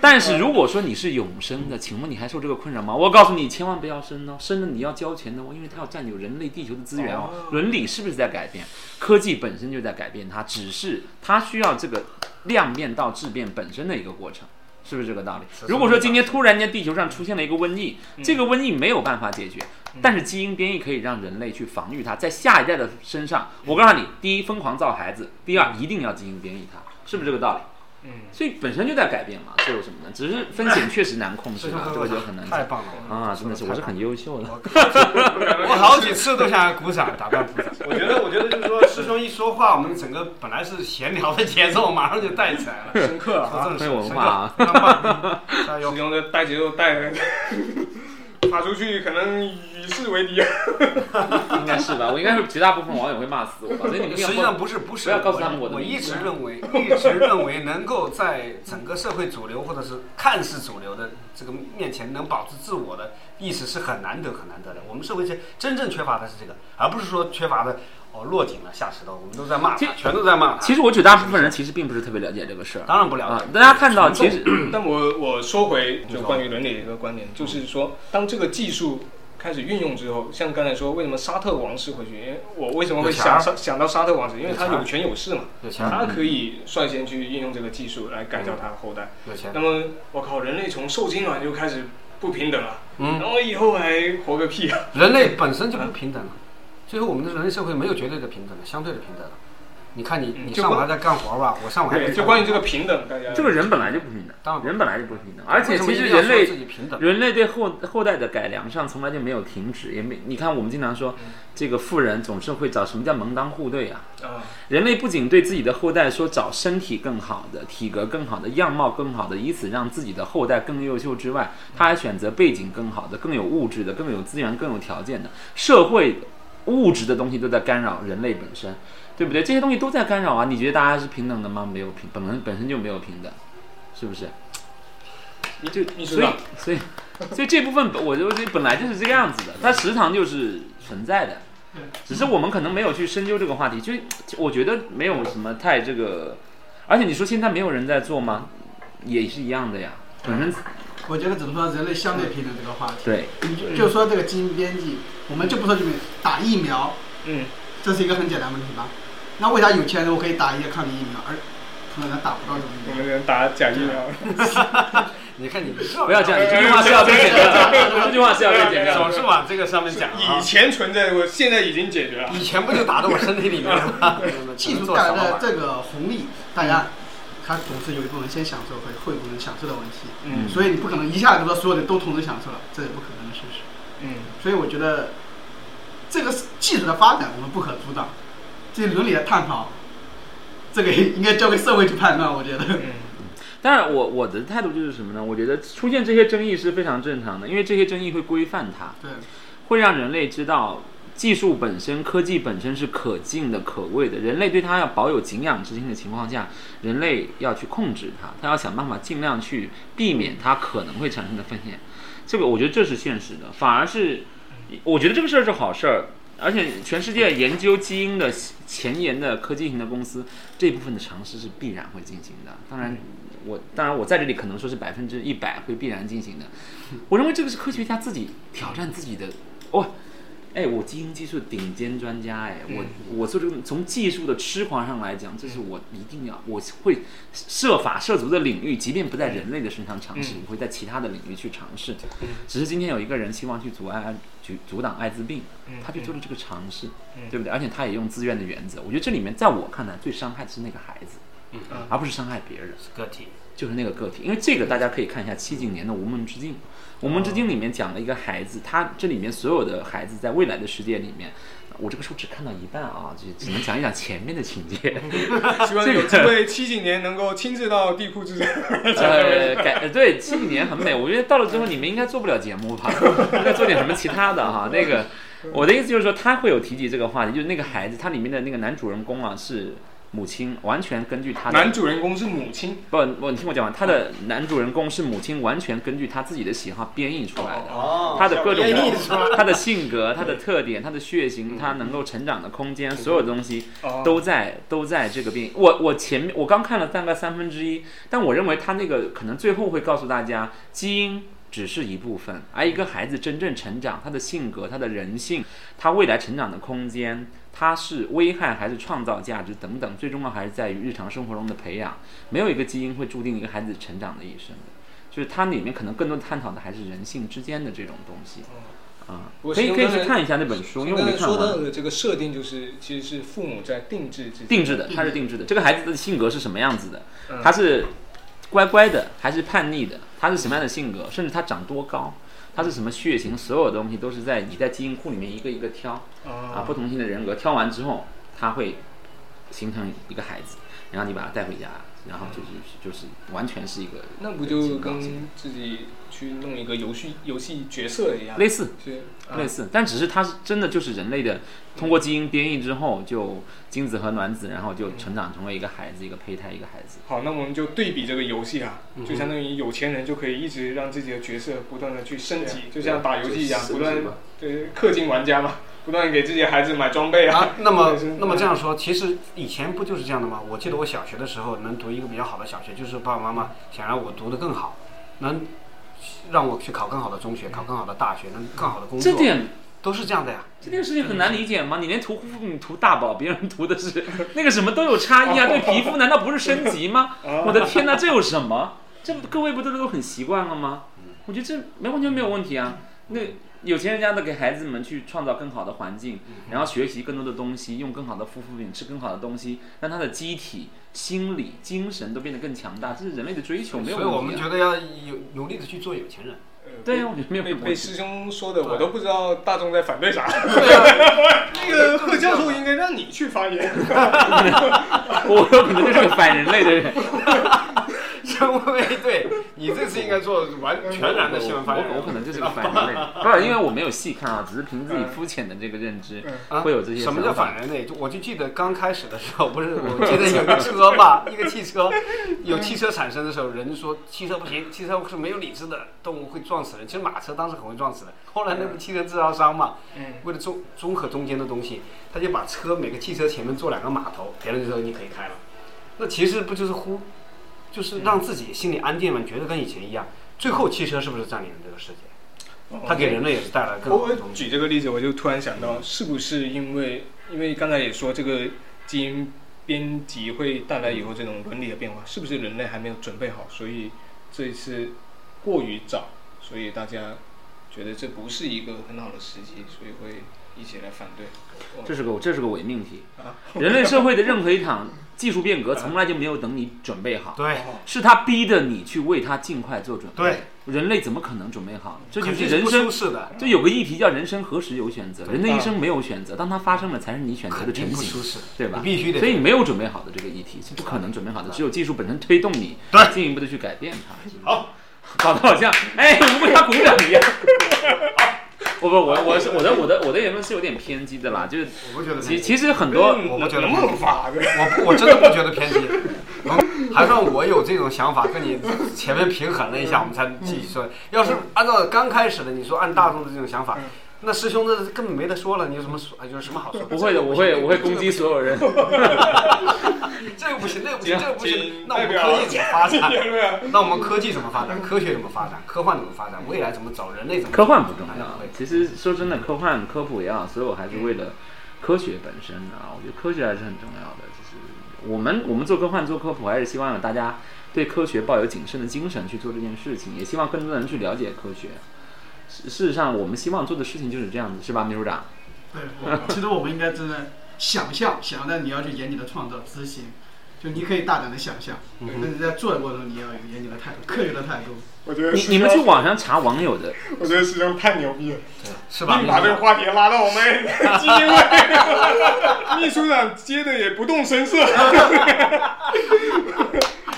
Speaker 3: 但是如果说你是永生的，请问你还受这个困扰吗？我告诉你，千万不要生哦，生了你要交钱的哦，因为它要占有人类地球的资源哦。伦理是不是在改变？科技本身就在改变它，只是它需要这个量变到质变本身的一个过程。是不是这个道理？如果说今天突然间地球上出现了一个瘟疫，
Speaker 2: 嗯
Speaker 3: 这个瘟疫没有办法解决，但是基因编译可以让人类去防御它，在下一代的身上，
Speaker 2: 嗯
Speaker 3: 我告诉你，第一，疯狂造孩子；第二，一定要基因编译它，是不是这个道理？
Speaker 1: 嗯，
Speaker 3: 所以本身就在改变嘛，这有什么呢？只是风险确实难控制
Speaker 2: 这就
Speaker 3: 啊，这个就很难
Speaker 2: 太
Speaker 3: 讲
Speaker 2: 棒了
Speaker 3: 啊，真的是我是很优秀的。
Speaker 2: 我好几次都想鼓掌，打断鼓掌。我觉得，我觉得就是说，师兄一说话，我们整个本来是闲聊的节奏，马上就带起来了。
Speaker 1: 深刻了
Speaker 2: 说
Speaker 1: 啊，
Speaker 2: 正
Speaker 3: 很
Speaker 2: 事，
Speaker 3: 有文化啊
Speaker 2: 深刻，非常棒嗯加
Speaker 1: 使
Speaker 2: 油！
Speaker 1: 用的带节奏带发出去，可能以示为敌。
Speaker 3: 应该是吧？我应该是绝大部分网友会骂死我吧，所以你们
Speaker 2: 实
Speaker 3: 要
Speaker 2: 际上不是，不是，
Speaker 3: 不要告诉他们我的
Speaker 2: 我
Speaker 3: 名字啊
Speaker 2: 一直认 为，一直认为能够在整个社会主流或者是看似主流的这个面前能保持自我的意识是很难得很难得的。我们社会真真正缺乏的是这个，而不是说缺乏的哦落井了下石头，我们都在骂
Speaker 3: 其
Speaker 2: 他，全都在骂他。
Speaker 3: 其实我绝大部分人其实并不是特别了解这个事儿
Speaker 2: 当然不了
Speaker 3: 啊
Speaker 2: 解。。
Speaker 3: 大家看到其实
Speaker 1: 但我我说回就关于伦理的一个观点，就是说，当这个技术开始运用之后，像刚才说，为什么沙特王室会去？因为我为什么会想
Speaker 2: 有钱
Speaker 1: 想想到沙特王室？因为他
Speaker 2: 有钱嗯
Speaker 1: 有权有势嘛，
Speaker 2: 有钱，
Speaker 3: 啊
Speaker 1: 他可以率先去应用这个技术来改造他的后代。
Speaker 2: 有钱。
Speaker 1: 那么，我靠，人类从受精卵就开始不平等了，
Speaker 2: 嗯
Speaker 1: 然后以后还活个屁啊！
Speaker 2: 人类本身就不平等了，最后我们的人类社会没有绝对的平等了，相对的平等了。你看你
Speaker 1: 嗯
Speaker 2: 你
Speaker 1: 就
Speaker 2: 上午还
Speaker 1: 关
Speaker 2: 在干活吧，我上午还在
Speaker 1: 对，
Speaker 2: 干
Speaker 1: 就关于这个平等，大家
Speaker 3: 这个人本来就不平
Speaker 2: 当然
Speaker 3: 等，人本来就不平等，而且
Speaker 2: 为什么
Speaker 3: 其
Speaker 2: 一
Speaker 3: 实
Speaker 2: 定要
Speaker 3: 人
Speaker 2: 说
Speaker 3: 类
Speaker 2: 自己平等，
Speaker 3: 人类对后后代的改良上从来就没有停止，也没你看我们经常
Speaker 2: 嗯
Speaker 3: 说这个富人总是会找什么叫门当户对啊。
Speaker 1: 啊，
Speaker 3: 人类不仅对自己的后代说找身体更好的、体格更好的、样貌更好的，以此让自己的后代更优秀之外，他还选择背景更好的、更有物质的、更有资源、更有条件的社会物质的东西都在干扰人类本身，对不对？这些东西都在干扰啊！你觉得大家是平等的吗？没有平，本身本身就没有平等，是不是？
Speaker 1: 你
Speaker 3: 就
Speaker 1: 你知
Speaker 3: 所以
Speaker 1: 道，
Speaker 3: 所以所以这部分我就这本来就是这个样子的，它时常就是存在的，只是我们可能没有去深究这个话题，就我觉得没有什么太这个，而且你说现在没有人在做吗？也是一样的呀，本身
Speaker 4: 我觉得只能说人类相对平等这个话题。
Speaker 3: 对，
Speaker 4: 你就就说这个基因编辑，我们就不说这个打疫苗，
Speaker 1: 嗯，
Speaker 4: 这是一个很简单的问题吧？那为啥有钱人我可以打一个抗击疫苗，而普通人打不到这个疫
Speaker 1: 我
Speaker 4: 苗？
Speaker 1: 们人打假疫苗，
Speaker 2: 你看你
Speaker 3: 不要这样，你这句话是要被剪掉的，这句话是要被剪掉
Speaker 2: 总
Speaker 3: 的。
Speaker 2: 是往这个上面讲啊
Speaker 1: 以。前存在过，现在已经解决了。
Speaker 2: 以前不就打到我身体里面了 吗？
Speaker 4: 技术
Speaker 2: 做
Speaker 4: 带
Speaker 2: 什
Speaker 4: 来
Speaker 2: 么
Speaker 4: 的
Speaker 2: 玩意儿
Speaker 4: 这个红利，大家他总是有一部分人先享受，会会有一部分人享受的问题。
Speaker 1: 嗯
Speaker 4: 所以你不可能一下子说所有人都同时享受了，这也不可能的事实。
Speaker 1: 嗯。
Speaker 4: 所以我觉得这个是技术的发展我们不可阻挡，这伦理的探讨，这个应该交给社会去判断。我觉得，
Speaker 1: 嗯
Speaker 3: 当然我，我的态度就是什么呢？我觉得出现这些争议是非常正常的，因为这些争议会规范它，
Speaker 4: 对，
Speaker 3: 会让人类知道技术本身、科技本身是可敬的、可畏的。人类对它要保有敬仰之心的情况下，人类要去控制它，他要想办法尽量去避免它可能会产生的风险。这个我觉得这是现实的，反而是我觉得这个事儿是好事儿。而且，全世界研究基因的前沿的科技型的公司，这部分的尝试是必然会进行的。当然，我当然我在这里可能说是百分之一百会必然进行的。我认为这个是科学家自己挑战自己的。哇，哎，我基因技术顶尖专家哎，我
Speaker 2: 嗯
Speaker 3: 我做这个从技术的痴狂上来讲，这是我一定要我会设法涉足的领域，即便不在人类的身上尝
Speaker 2: 嗯
Speaker 3: 试，我会在其他的领域去尝试。只是今天有一个人希望去阻碍去阻挡艾滋病，
Speaker 2: 嗯
Speaker 3: 他去做了这个尝试，对不对？而且他也用自愿的原则。我觉得这里面在我看来最伤害的是那个孩子，而不是伤害别人。
Speaker 2: 嗯是个体。
Speaker 3: 就是那个个体，因为这个大家可以看一下七几年的《无梦之境》，《无梦之境》里面讲了一个孩子，他这里面所有的孩子在未来的世界里面，我这个书只看到一半啊，就只能讲一讲前面的 情节。
Speaker 1: 希望有机会七几年能够亲自到地库之战。
Speaker 3: 呃，改呃对七几年很美，我觉得到了之后你们应该做不了节目吧，应该做点什么其他的哈。那个我的意思就是说，他会有提及这个话题，就是那个孩子，他里面的那个男主人公啊是母亲，完全根据他的
Speaker 1: 男主人公是母亲，
Speaker 3: 不，不，你听我讲完。他的男主人公是母亲完全根据他自己的喜好编译出来的，
Speaker 2: 哦
Speaker 3: 他的各种
Speaker 2: 编
Speaker 3: 的
Speaker 2: 译出来，
Speaker 3: 他的性格、他的特点、他的血型、他能够成长的空间，所有东西
Speaker 1: 哦
Speaker 3: 都在都在这个编译。我我前面我刚看了大概三分之一，但我认为他那个可能最后会告诉大家，基因只是一部分，而一个孩子真正成长，他的性格、他的人性、他未来成长的空间，他是危害还是创造价值等等，最重要还是在于日常生活中的培养。没有一个基因会注定一个孩子成长的一生的，就是它里面可能更多探讨的还是人性之间的这种东西。啊、
Speaker 1: 我
Speaker 3: 可以
Speaker 1: 形
Speaker 3: 可以
Speaker 1: 容
Speaker 3: 去
Speaker 1: 的
Speaker 3: 看一下那本书，因为我
Speaker 1: 刚
Speaker 3: 没
Speaker 1: 才
Speaker 3: 看
Speaker 1: 说到
Speaker 3: 完。
Speaker 1: 的这个设定就是，其实是父母在定制自己。
Speaker 3: 定制的，它是定制的。这个孩子的性格是什么样子的？
Speaker 1: 嗯
Speaker 3: 他是乖乖的，还是叛逆的？他是什么样的性格？甚至他长多高？他是什么血型？所有的东西都是在你在基因库里面一个一个挑。啊，
Speaker 1: 啊
Speaker 3: 不同性的人格挑完之后，他会形成一个孩子，然后你把他带回家，然后就是就是完全是一个
Speaker 1: 那不就
Speaker 3: 情况
Speaker 1: 跟自己去弄一个游戏游戏角色一样？
Speaker 3: 类似
Speaker 1: 是啊
Speaker 3: 类似，但只是它是真的就是人类的通过基因编译之后，就精子和卵子，然后就成长成为一个孩子，一个胚胎，一个孩子。
Speaker 1: 好，那我们就对比这个游戏啊，就相当于有钱人就可以一直让自己的角色不断的去升级，就像打游戏一样，不断对氪金玩家嘛，不断地给自己的孩子买装备啊。
Speaker 2: 啊，那么
Speaker 1: 对是
Speaker 2: 那么这样说，其实以前不就是这样的吗？我记得我小学的时候能读一个比较好的小学，就是爸爸妈妈想让我读得更好，能让我去考更好的中学，考更好的大学，能更好的工作
Speaker 3: 嗯这，点
Speaker 2: 都是这样的呀。
Speaker 3: 这件事情很难理解吗？你连涂护肤品涂大宝，别人涂的是 那个什么都有差异啊，对皮肤难道不是升级吗？我的天哪，这有什么？这各位不都都很习惯了吗？我觉得这没完全没有问题啊。那有钱人家的给孩子们去创造更好的环境，然后学习更多的东西，用更好的护肤品，吃更好的东西，让他的机体、心理、精神都变得更强大，这是人类的追求，没有
Speaker 2: 所以
Speaker 3: 问题啊、
Speaker 2: 我们觉得要有努力的去做有钱人。
Speaker 1: 呃
Speaker 3: 对呀、我觉得没有
Speaker 1: 被
Speaker 3: 问
Speaker 1: 被
Speaker 3: 题。
Speaker 1: 师兄说的，我都不知道大众在反对啥。 那个贺教授应该让你去发言。
Speaker 3: 我有可能就是个反人类的人。
Speaker 2: 什么卫队？你这次应该做完全然的新闻发言
Speaker 3: 我
Speaker 2: 人。
Speaker 3: 我可能就是个反 人类，不是因为我没有细看啊，只是凭自己肤浅的这个认知，
Speaker 2: 啊
Speaker 3: 会有这些
Speaker 2: 什么叫
Speaker 3: 想法
Speaker 2: 反人类？就我就记得刚开始的时候，不是我记得有个车吧，一个汽车，有汽车产生的时候，人说汽车不行，汽车是没有理智的动物会撞死人。其实马车当时很会撞死人，后来那个汽车制造商嘛，
Speaker 1: 嗯
Speaker 2: 为了综综合中间的东西，他就把车每个汽车前面做两个码头，别人就说你可以开了。那其实不就是忽，就是让自己心里安定了，觉得跟以前一样。最后汽车是不是占领了这个世界？它给人类也是带来更
Speaker 1: 我
Speaker 2: 好
Speaker 1: 我
Speaker 2: 的东西。
Speaker 1: 举这个例子，我就突然想到，是不是因为因为刚才也说这个基因编辑会带来以后这种伦理的变化，是不是人类还没有准备好，所以这一次过于早，所以大家觉得这不是一个很好的时机，所以会一起来反对。
Speaker 3: 这是个这是个伪命题
Speaker 1: 啊。
Speaker 2: 嗯
Speaker 3: 人类社会的任何一场技术变革从来就没有等你准备好，
Speaker 2: 对
Speaker 3: 是他逼着你去为他尽快做准备。
Speaker 2: 对，
Speaker 3: 人类怎么可能准备好呢？这就
Speaker 2: 肯
Speaker 3: 是
Speaker 2: 定
Speaker 3: 人
Speaker 2: 不
Speaker 3: 生
Speaker 2: 舒适的，
Speaker 3: 就有个议题叫人生何时有选择？人的一生没有选择，当它发生了，才是你选择
Speaker 2: 嗯肯
Speaker 3: 的
Speaker 2: 定
Speaker 3: 成
Speaker 2: 不
Speaker 3: 型
Speaker 2: 舒，适，
Speaker 3: 对吧？
Speaker 2: 你必须得
Speaker 3: 所以你没有准备好的这个议题是不可能准备好的，只有技术本身推动你
Speaker 2: 对
Speaker 3: 进一步的去改变它。
Speaker 2: 好，
Speaker 3: 搞得好像哎，我们为他鼓掌一样。 不不，我我是我的我的我的言论是有点偏激的啦，就是
Speaker 2: 我不觉得
Speaker 3: 其
Speaker 2: 偏激，
Speaker 3: 其实很多
Speaker 2: 我不觉得
Speaker 1: 能不能发的？
Speaker 2: 我不我真的不觉得偏 激。嗯还算我有这种想法，跟你前面平衡了一下，我们才继续说。要是按照刚开始的你说按大众的这种想法
Speaker 1: 嗯，
Speaker 2: 那师兄这根本没得说了，你有什么说，哎有什么好说？
Speaker 3: 不会的，我会我会攻击所有人。
Speaker 2: 这个不行，那个不行，这个不行
Speaker 1: 请，
Speaker 2: 那我们科技怎么发展？
Speaker 1: 对不对？
Speaker 2: 那我们科技怎么发展？科学怎么发展？科幻怎么发展？未来怎么走？人类怎么走？
Speaker 3: 科幻不重
Speaker 2: 哎
Speaker 3: 要
Speaker 2: 对，
Speaker 3: 其实说真的，科幻科普也好，所以我还是为了科学本身啊，我觉得科学还是很重要的。就是我们我们做科幻做科普，还是希望大家对科学抱有谨慎的精神去做这件事情，也希望更多的人去了解科学。事事实上，我们希望做的事情就是这样子，是吧，秘书长？
Speaker 4: 对，我其实我们应该真的想象，想让你要去严谨的创造执行，就你可以大胆的想象，但是在做的过程中你要有严谨的态度、科学的态度。
Speaker 1: 我觉得
Speaker 3: 你
Speaker 1: 师
Speaker 3: 你们去
Speaker 1: 兄，
Speaker 3: 网上查网友的，
Speaker 1: 我觉得师兄太牛逼了，
Speaker 2: 是吧？
Speaker 1: 硬把这个话题拉到我们 基金会，秘书长接的也不动声色。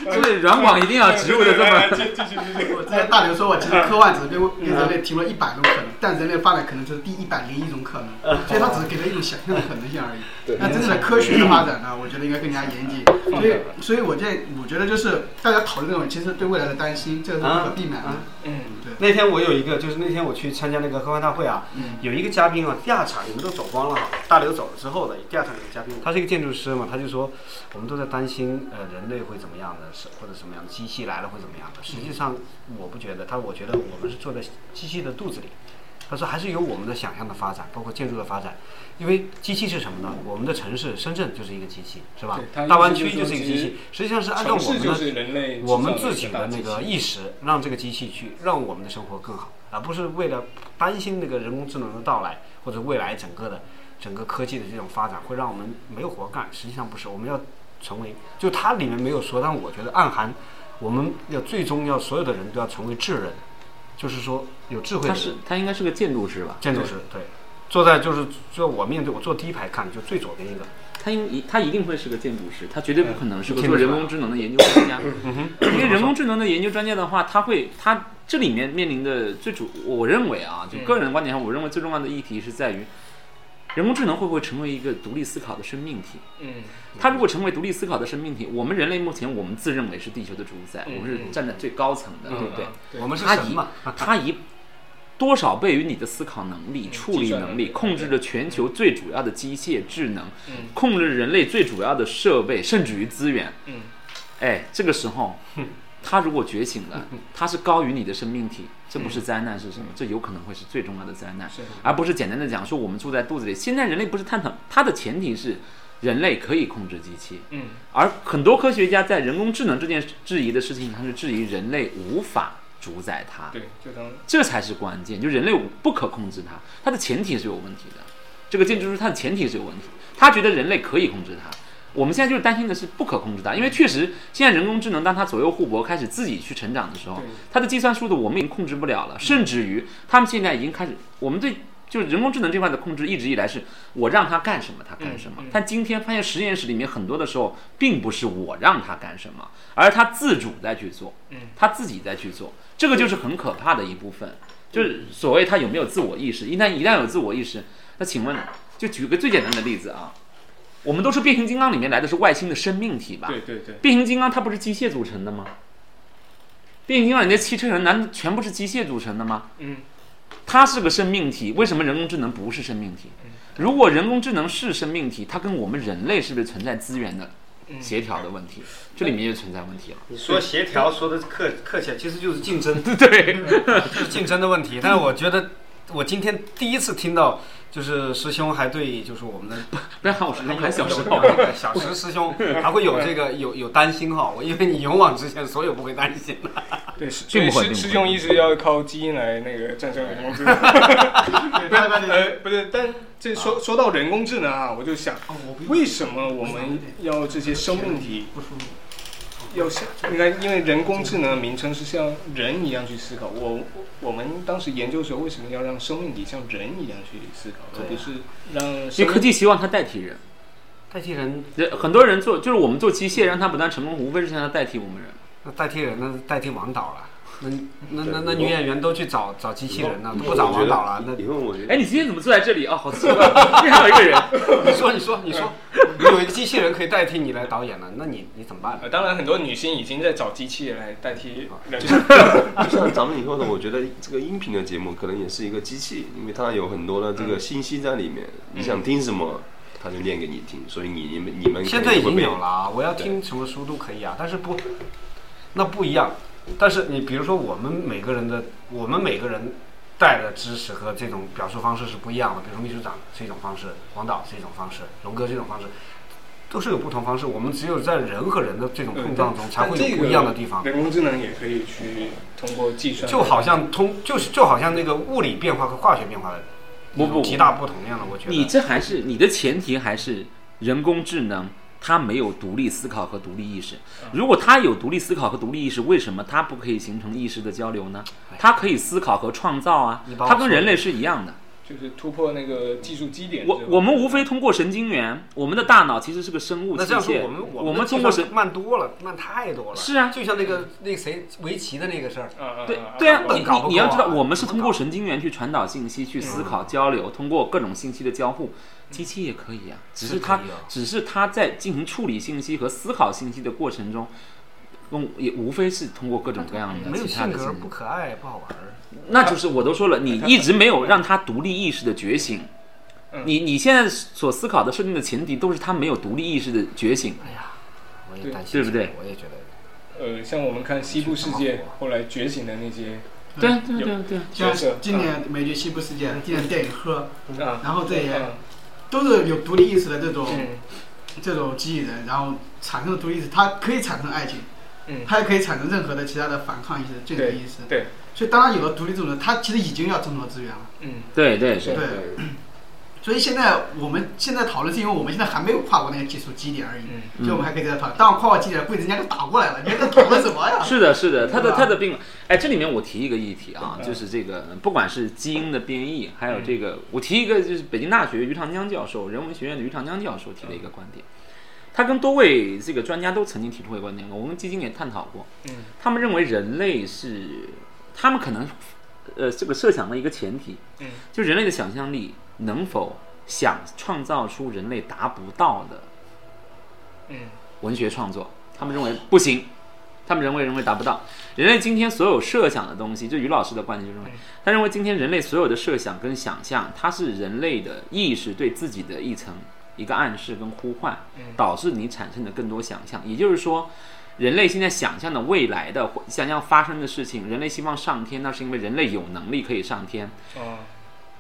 Speaker 3: 就是软广一定要植入的这
Speaker 1: 来来
Speaker 3: 么。
Speaker 1: 继继续继续。
Speaker 4: 我之前大刘说我其实科幻只是跟跟人类提供了一百种可能，但人类发展可能就是第一百零一种可能，所以它只是给了一种想象的可能性而已。那真正的科学的发展呢，我觉得应该更加严谨。所以，所以我建议，我觉得就是大家讨论这种，其实对未来的担心，这个是不可避免的。
Speaker 1: 嗯，
Speaker 2: 那天我有一个，就是那天我去参加那个科幻大会啊，有一个嘉宾啊，第二场你们都走光了哈，大刘走了之后的第二场有个嘉宾，他是一个建筑师嘛，他就说我们都在担心呃人类会怎么样的，是或者什么样的机器来了会怎么样的。实际上我不觉得，他我觉得我们是坐在机器的肚子里。他说还是有我们的想象的发展，包括建筑的发展，因为机器是什么呢？我们的城市深圳就是一个机器，是吧
Speaker 1: 对它？
Speaker 2: 大湾
Speaker 1: 意思
Speaker 2: 区
Speaker 1: 就是
Speaker 2: 就是一个机
Speaker 1: 其实
Speaker 2: 器，实际上是按照
Speaker 1: 城市
Speaker 2: 我们
Speaker 1: 就
Speaker 2: 的
Speaker 1: 是人类
Speaker 2: 我们
Speaker 1: 制造
Speaker 2: 自
Speaker 1: 的
Speaker 2: 己
Speaker 1: 一大
Speaker 2: 的那
Speaker 1: 机器
Speaker 2: 个意识，让这个机器去让我们的生活更好，而不是为了担心那个人工智能的到来，或者未来整个的整个科技的这种发展会让我们没有活干。实际上不是，我们要成为，就它里面没有说，但我觉得暗含，我们要最终要所有的人都要成为智人，就是说有智慧
Speaker 3: 他
Speaker 2: 的
Speaker 3: 是
Speaker 2: 人，
Speaker 3: 他应该是个建筑师吧？
Speaker 2: 建筑师对，坐在就是坐我面对我坐第一排看，就最左边一个，
Speaker 3: 他应他一定会是个建筑师，他绝对不可能是个
Speaker 2: 听
Speaker 3: 做
Speaker 2: 得出
Speaker 3: 人
Speaker 2: 来
Speaker 3: 工智能的研究专家。
Speaker 2: 嗯哼，
Speaker 3: 因为人工智能的研究专家的话，他会他这里面面临的最主，我认为啊，就
Speaker 1: 嗯
Speaker 3: 个人观点上，我认为最重要的议题是在于，人工智能会不会成为一个独立思考的生命体？
Speaker 1: 嗯
Speaker 3: 它如果成为独立思考的生命体，我们人类目前我们自认为是地球的主宰，
Speaker 1: 嗯
Speaker 3: 我们是站在最高层
Speaker 1: 嗯
Speaker 3: 的，对不对？
Speaker 1: 嗯对
Speaker 2: 我们是
Speaker 3: 它
Speaker 2: 神
Speaker 3: 以
Speaker 2: 嘛，
Speaker 3: 它以多少倍于你的思考能力、处
Speaker 1: 计
Speaker 3: 理能力，
Speaker 1: 算能力
Speaker 3: 控制着全球最主要的机械智能，
Speaker 1: 嗯
Speaker 3: 控制人类最主要的设备，甚至于资源。
Speaker 1: 嗯
Speaker 3: 哎，这个时候，他如果觉醒了，他是高于你的生命体，这不是灾难是什么？这有可能会是最重要的灾难
Speaker 1: 是，
Speaker 3: 而不是简单的讲说我们住在肚子里。现在人类不是探讨，它的前提是人类可以控制机器，
Speaker 1: 嗯
Speaker 3: 而很多科学家在人工智能这件事质疑的事情上是质疑人类无法主宰它，
Speaker 1: 对，就当
Speaker 3: 这才是关键，就人类不可控制它，它的前提是有问题的。这个建筑师他的前提是有问题的，他觉得人类可以控制它。我们现在就是担心的是不可控制它，因为确实现在人工智能当它左右互搏，开始自己去成长的时候
Speaker 1: 对，
Speaker 3: 它的计算速度我们已经控制不了了，甚至于他们现在已经开始，我们对就是人工智能这块的控制一直以来是我让它干什么它干什么
Speaker 1: 嗯嗯，
Speaker 3: 但今天发现实验室里面很多的时候，并不是我让它干什么，而它自主在去做
Speaker 1: 嗯，
Speaker 3: 它自己在去做，这个就是很可怕的一部分。就是所谓他有没有自我意识，一旦一旦有自我意识，那请问，就举个最简单的例子啊，我们都是变形金刚里面来的是外星的生命体吧？
Speaker 1: 对对对，
Speaker 3: 变形金刚它不是机械组成的吗？变形金刚里的汽车人难道全部是机械组成的吗？
Speaker 1: 嗯
Speaker 3: 它是个生命体，为什么人工智能不是生命体？如果人工智能是生命体，它跟我们人类是不是存在资源的
Speaker 1: 嗯，
Speaker 3: 协调的问题？这里面就存在问题了。
Speaker 2: 你说协调说的客客气，其实就是竞争。
Speaker 3: 对，
Speaker 2: 就是竞争的问题。但是我觉得，我今天第一次听到，就是师兄还对，就是我们的
Speaker 3: 不要喊我是龙，喊小时候。
Speaker 2: 有有小石师兄还会有这个有有担心哈。我因为你勇往直前，所有不会担心的。
Speaker 1: 对，是所
Speaker 3: 并
Speaker 1: 以
Speaker 3: 不会
Speaker 1: 是
Speaker 3: 并不会
Speaker 1: 是用意是要靠基因来那个战胜人工智能。
Speaker 4: 不要不要不要
Speaker 1: 呃，不是，但这说说到人工智能啊，我就想，
Speaker 4: 哦，我不用
Speaker 1: 为什么我们要这些生命体
Speaker 4: 不舒服，
Speaker 1: 要像？你看，因为人工智能的名称是像人一样去思考。我我们当时研究的时候，为什么要让生命体像人一样去思考，而
Speaker 4: 对啊
Speaker 1: 不是让
Speaker 3: 因
Speaker 1: 生
Speaker 3: 为科
Speaker 1: 命
Speaker 3: 技希望它代替人。
Speaker 2: 代替人，
Speaker 3: 人很多人做，就是我们做机械，让它不断成功，无非是让它代替我们人。
Speaker 2: 那代替人，那代替王导了。那那那
Speaker 5: 对
Speaker 2: 那
Speaker 5: 我
Speaker 2: 女演员都去找找机器人了，都不找
Speaker 5: 我觉
Speaker 2: 王
Speaker 5: 得
Speaker 2: 导了。那
Speaker 5: 以后我觉得
Speaker 3: 哎，你今天怎么坐在这里？哦，好奇怪， 这还有一个人。
Speaker 2: 你说你说你说，你有一个机器人可以代替你来导演了，那你你怎么办呢？
Speaker 1: 呃，当然，很多女星已经在找机器人来代替人。
Speaker 5: 就像咱们以后呢，我觉得这个音频的节目可能也是一个机器，因为它有很多的这个信息在里面，
Speaker 2: 嗯
Speaker 5: 你想听什么，它就念给你听，所以你你们你们
Speaker 2: 现在已
Speaker 5: 可
Speaker 2: 经
Speaker 5: 能会被
Speaker 2: 有了啊，我要听什么书都可以啊，但是不，那不一样。但是你比如说我们每个人的，我们每个人带的知识和这种表述方式是不一样的。比如说秘书长是一种方式，王导是一种方式，龙哥是一种方式，都是有不同方式。我们只有在人和人的这种碰撞中，才会有不一样的地方。
Speaker 1: 人工智能也可以去通过计算，
Speaker 2: 就好像通就是就好像那个物理变化和化学变化的
Speaker 3: 不不
Speaker 2: 极大不同样的，我觉
Speaker 3: 你
Speaker 2: 得。
Speaker 3: 这还是你的前提还是人工智能，它没有独立思考和独立意识。
Speaker 2: 嗯
Speaker 3: 如果它有独立思考和独立意识，为什么它不可以形成意识的交流呢？它可以思考和创造啊
Speaker 2: 哎你，把我
Speaker 3: 它跟
Speaker 2: 说
Speaker 3: 人类是一样的。
Speaker 1: 就是突破那个技术基点。
Speaker 3: 我
Speaker 1: 这种
Speaker 3: 我们无非通过神经元，我们的大脑其实是个生物
Speaker 2: 那
Speaker 3: 器
Speaker 2: 这样说，
Speaker 3: 械
Speaker 2: 我们，
Speaker 3: 我
Speaker 2: 们
Speaker 3: 们
Speaker 2: 的
Speaker 3: 通过
Speaker 2: 计
Speaker 3: 神
Speaker 2: 算慢多了，慢太多了。
Speaker 3: 是啊
Speaker 2: 就像那个那个谁围棋的那个事儿，
Speaker 1: 啊啊
Speaker 3: 对
Speaker 1: 啊
Speaker 3: 对啊，
Speaker 2: 我
Speaker 3: 你
Speaker 2: 们呃搞不
Speaker 3: 你你要
Speaker 2: 够
Speaker 3: 知道，
Speaker 2: 啊嗯
Speaker 3: 我们是通
Speaker 2: 我
Speaker 3: 过
Speaker 2: 们搞
Speaker 3: 神经元去传导信息、去思考、交流，通过各种信息的交互，机器也可以啊，只是
Speaker 2: 是
Speaker 3: 它
Speaker 2: 可以啊
Speaker 3: 只是它在进行处理信息和思考信息的过程中。嗯，也无非是通过各种各样的
Speaker 2: 没有
Speaker 3: 其他
Speaker 2: 性
Speaker 3: 的信
Speaker 2: 格，
Speaker 3: 息
Speaker 2: 不可爱，不好玩儿。
Speaker 3: 那就是我都说了，你一直没有让他独立意识的觉醒。
Speaker 2: 嗯
Speaker 3: 你你现在所思考的设定的前提都是他没有独立意识的觉醒，
Speaker 2: 哎呀，我也
Speaker 1: 对
Speaker 2: 担心
Speaker 3: 对不
Speaker 2: 这个，
Speaker 3: 对
Speaker 2: 我也觉得。
Speaker 1: 呃，像我们看《西部世界》后来觉醒的那些
Speaker 3: 对啊对对对，
Speaker 1: 角色
Speaker 4: 像，今年美剧《西部世界》，今年电影《喝
Speaker 1: 啊，
Speaker 4: 然后这些
Speaker 1: 嗯嗯
Speaker 4: 都是有独立意识的这种
Speaker 1: 嗯
Speaker 4: 这种机器人，然后产生了独立意识，它可以产生爱情，
Speaker 1: 嗯，
Speaker 4: 它也可以产生任何的其他的反抗意识、罪恶
Speaker 1: 对
Speaker 4: 意识。
Speaker 1: 对，
Speaker 4: 所以当然有了独立这种人，它其实已经要争夺资源了。
Speaker 1: 嗯，
Speaker 3: 对对对
Speaker 1: 是，
Speaker 4: 对， 所以现在我们现在讨论是因为我们现在还没有跨过那个技术基点而已，
Speaker 1: 嗯
Speaker 4: 所以我们还可以在这讨论。当然跨过基点，被人家给打过来了，你还在讨论什么呀？
Speaker 3: 是的，是的，他的
Speaker 4: 对吧
Speaker 3: 他的病，哎，这里面我提一个议题啊，
Speaker 1: 嗯
Speaker 3: 就是这个不管是基因的变异，还有这个，我提一个就是北京大学于长江教授，人文学院的于长江教授提的一个观点，他跟多位这个专家都曾经提出过观点，我跟基金也探讨过，
Speaker 1: 嗯，
Speaker 3: 他们认为人类是，他们可能，呃，这个设想的一个前提，
Speaker 1: 嗯，
Speaker 3: 就人类的想象力能否想创造出人类达不到的
Speaker 1: 嗯
Speaker 3: 文学创作，他们认为不行，他们认为认为达不到。人类今天所有设想的东西，就于老师的观点就认为
Speaker 1: 嗯，
Speaker 3: 他认为今天人类所有的设想跟想象，它是人类的意识对自己的一层一个暗示跟呼唤
Speaker 1: 嗯，
Speaker 3: 导致你产生的更多想象。也就是说。人类现在想象的未来的或想象发生的事情，人类希望上天，那是因为人类有能力可以上天，
Speaker 1: 哦，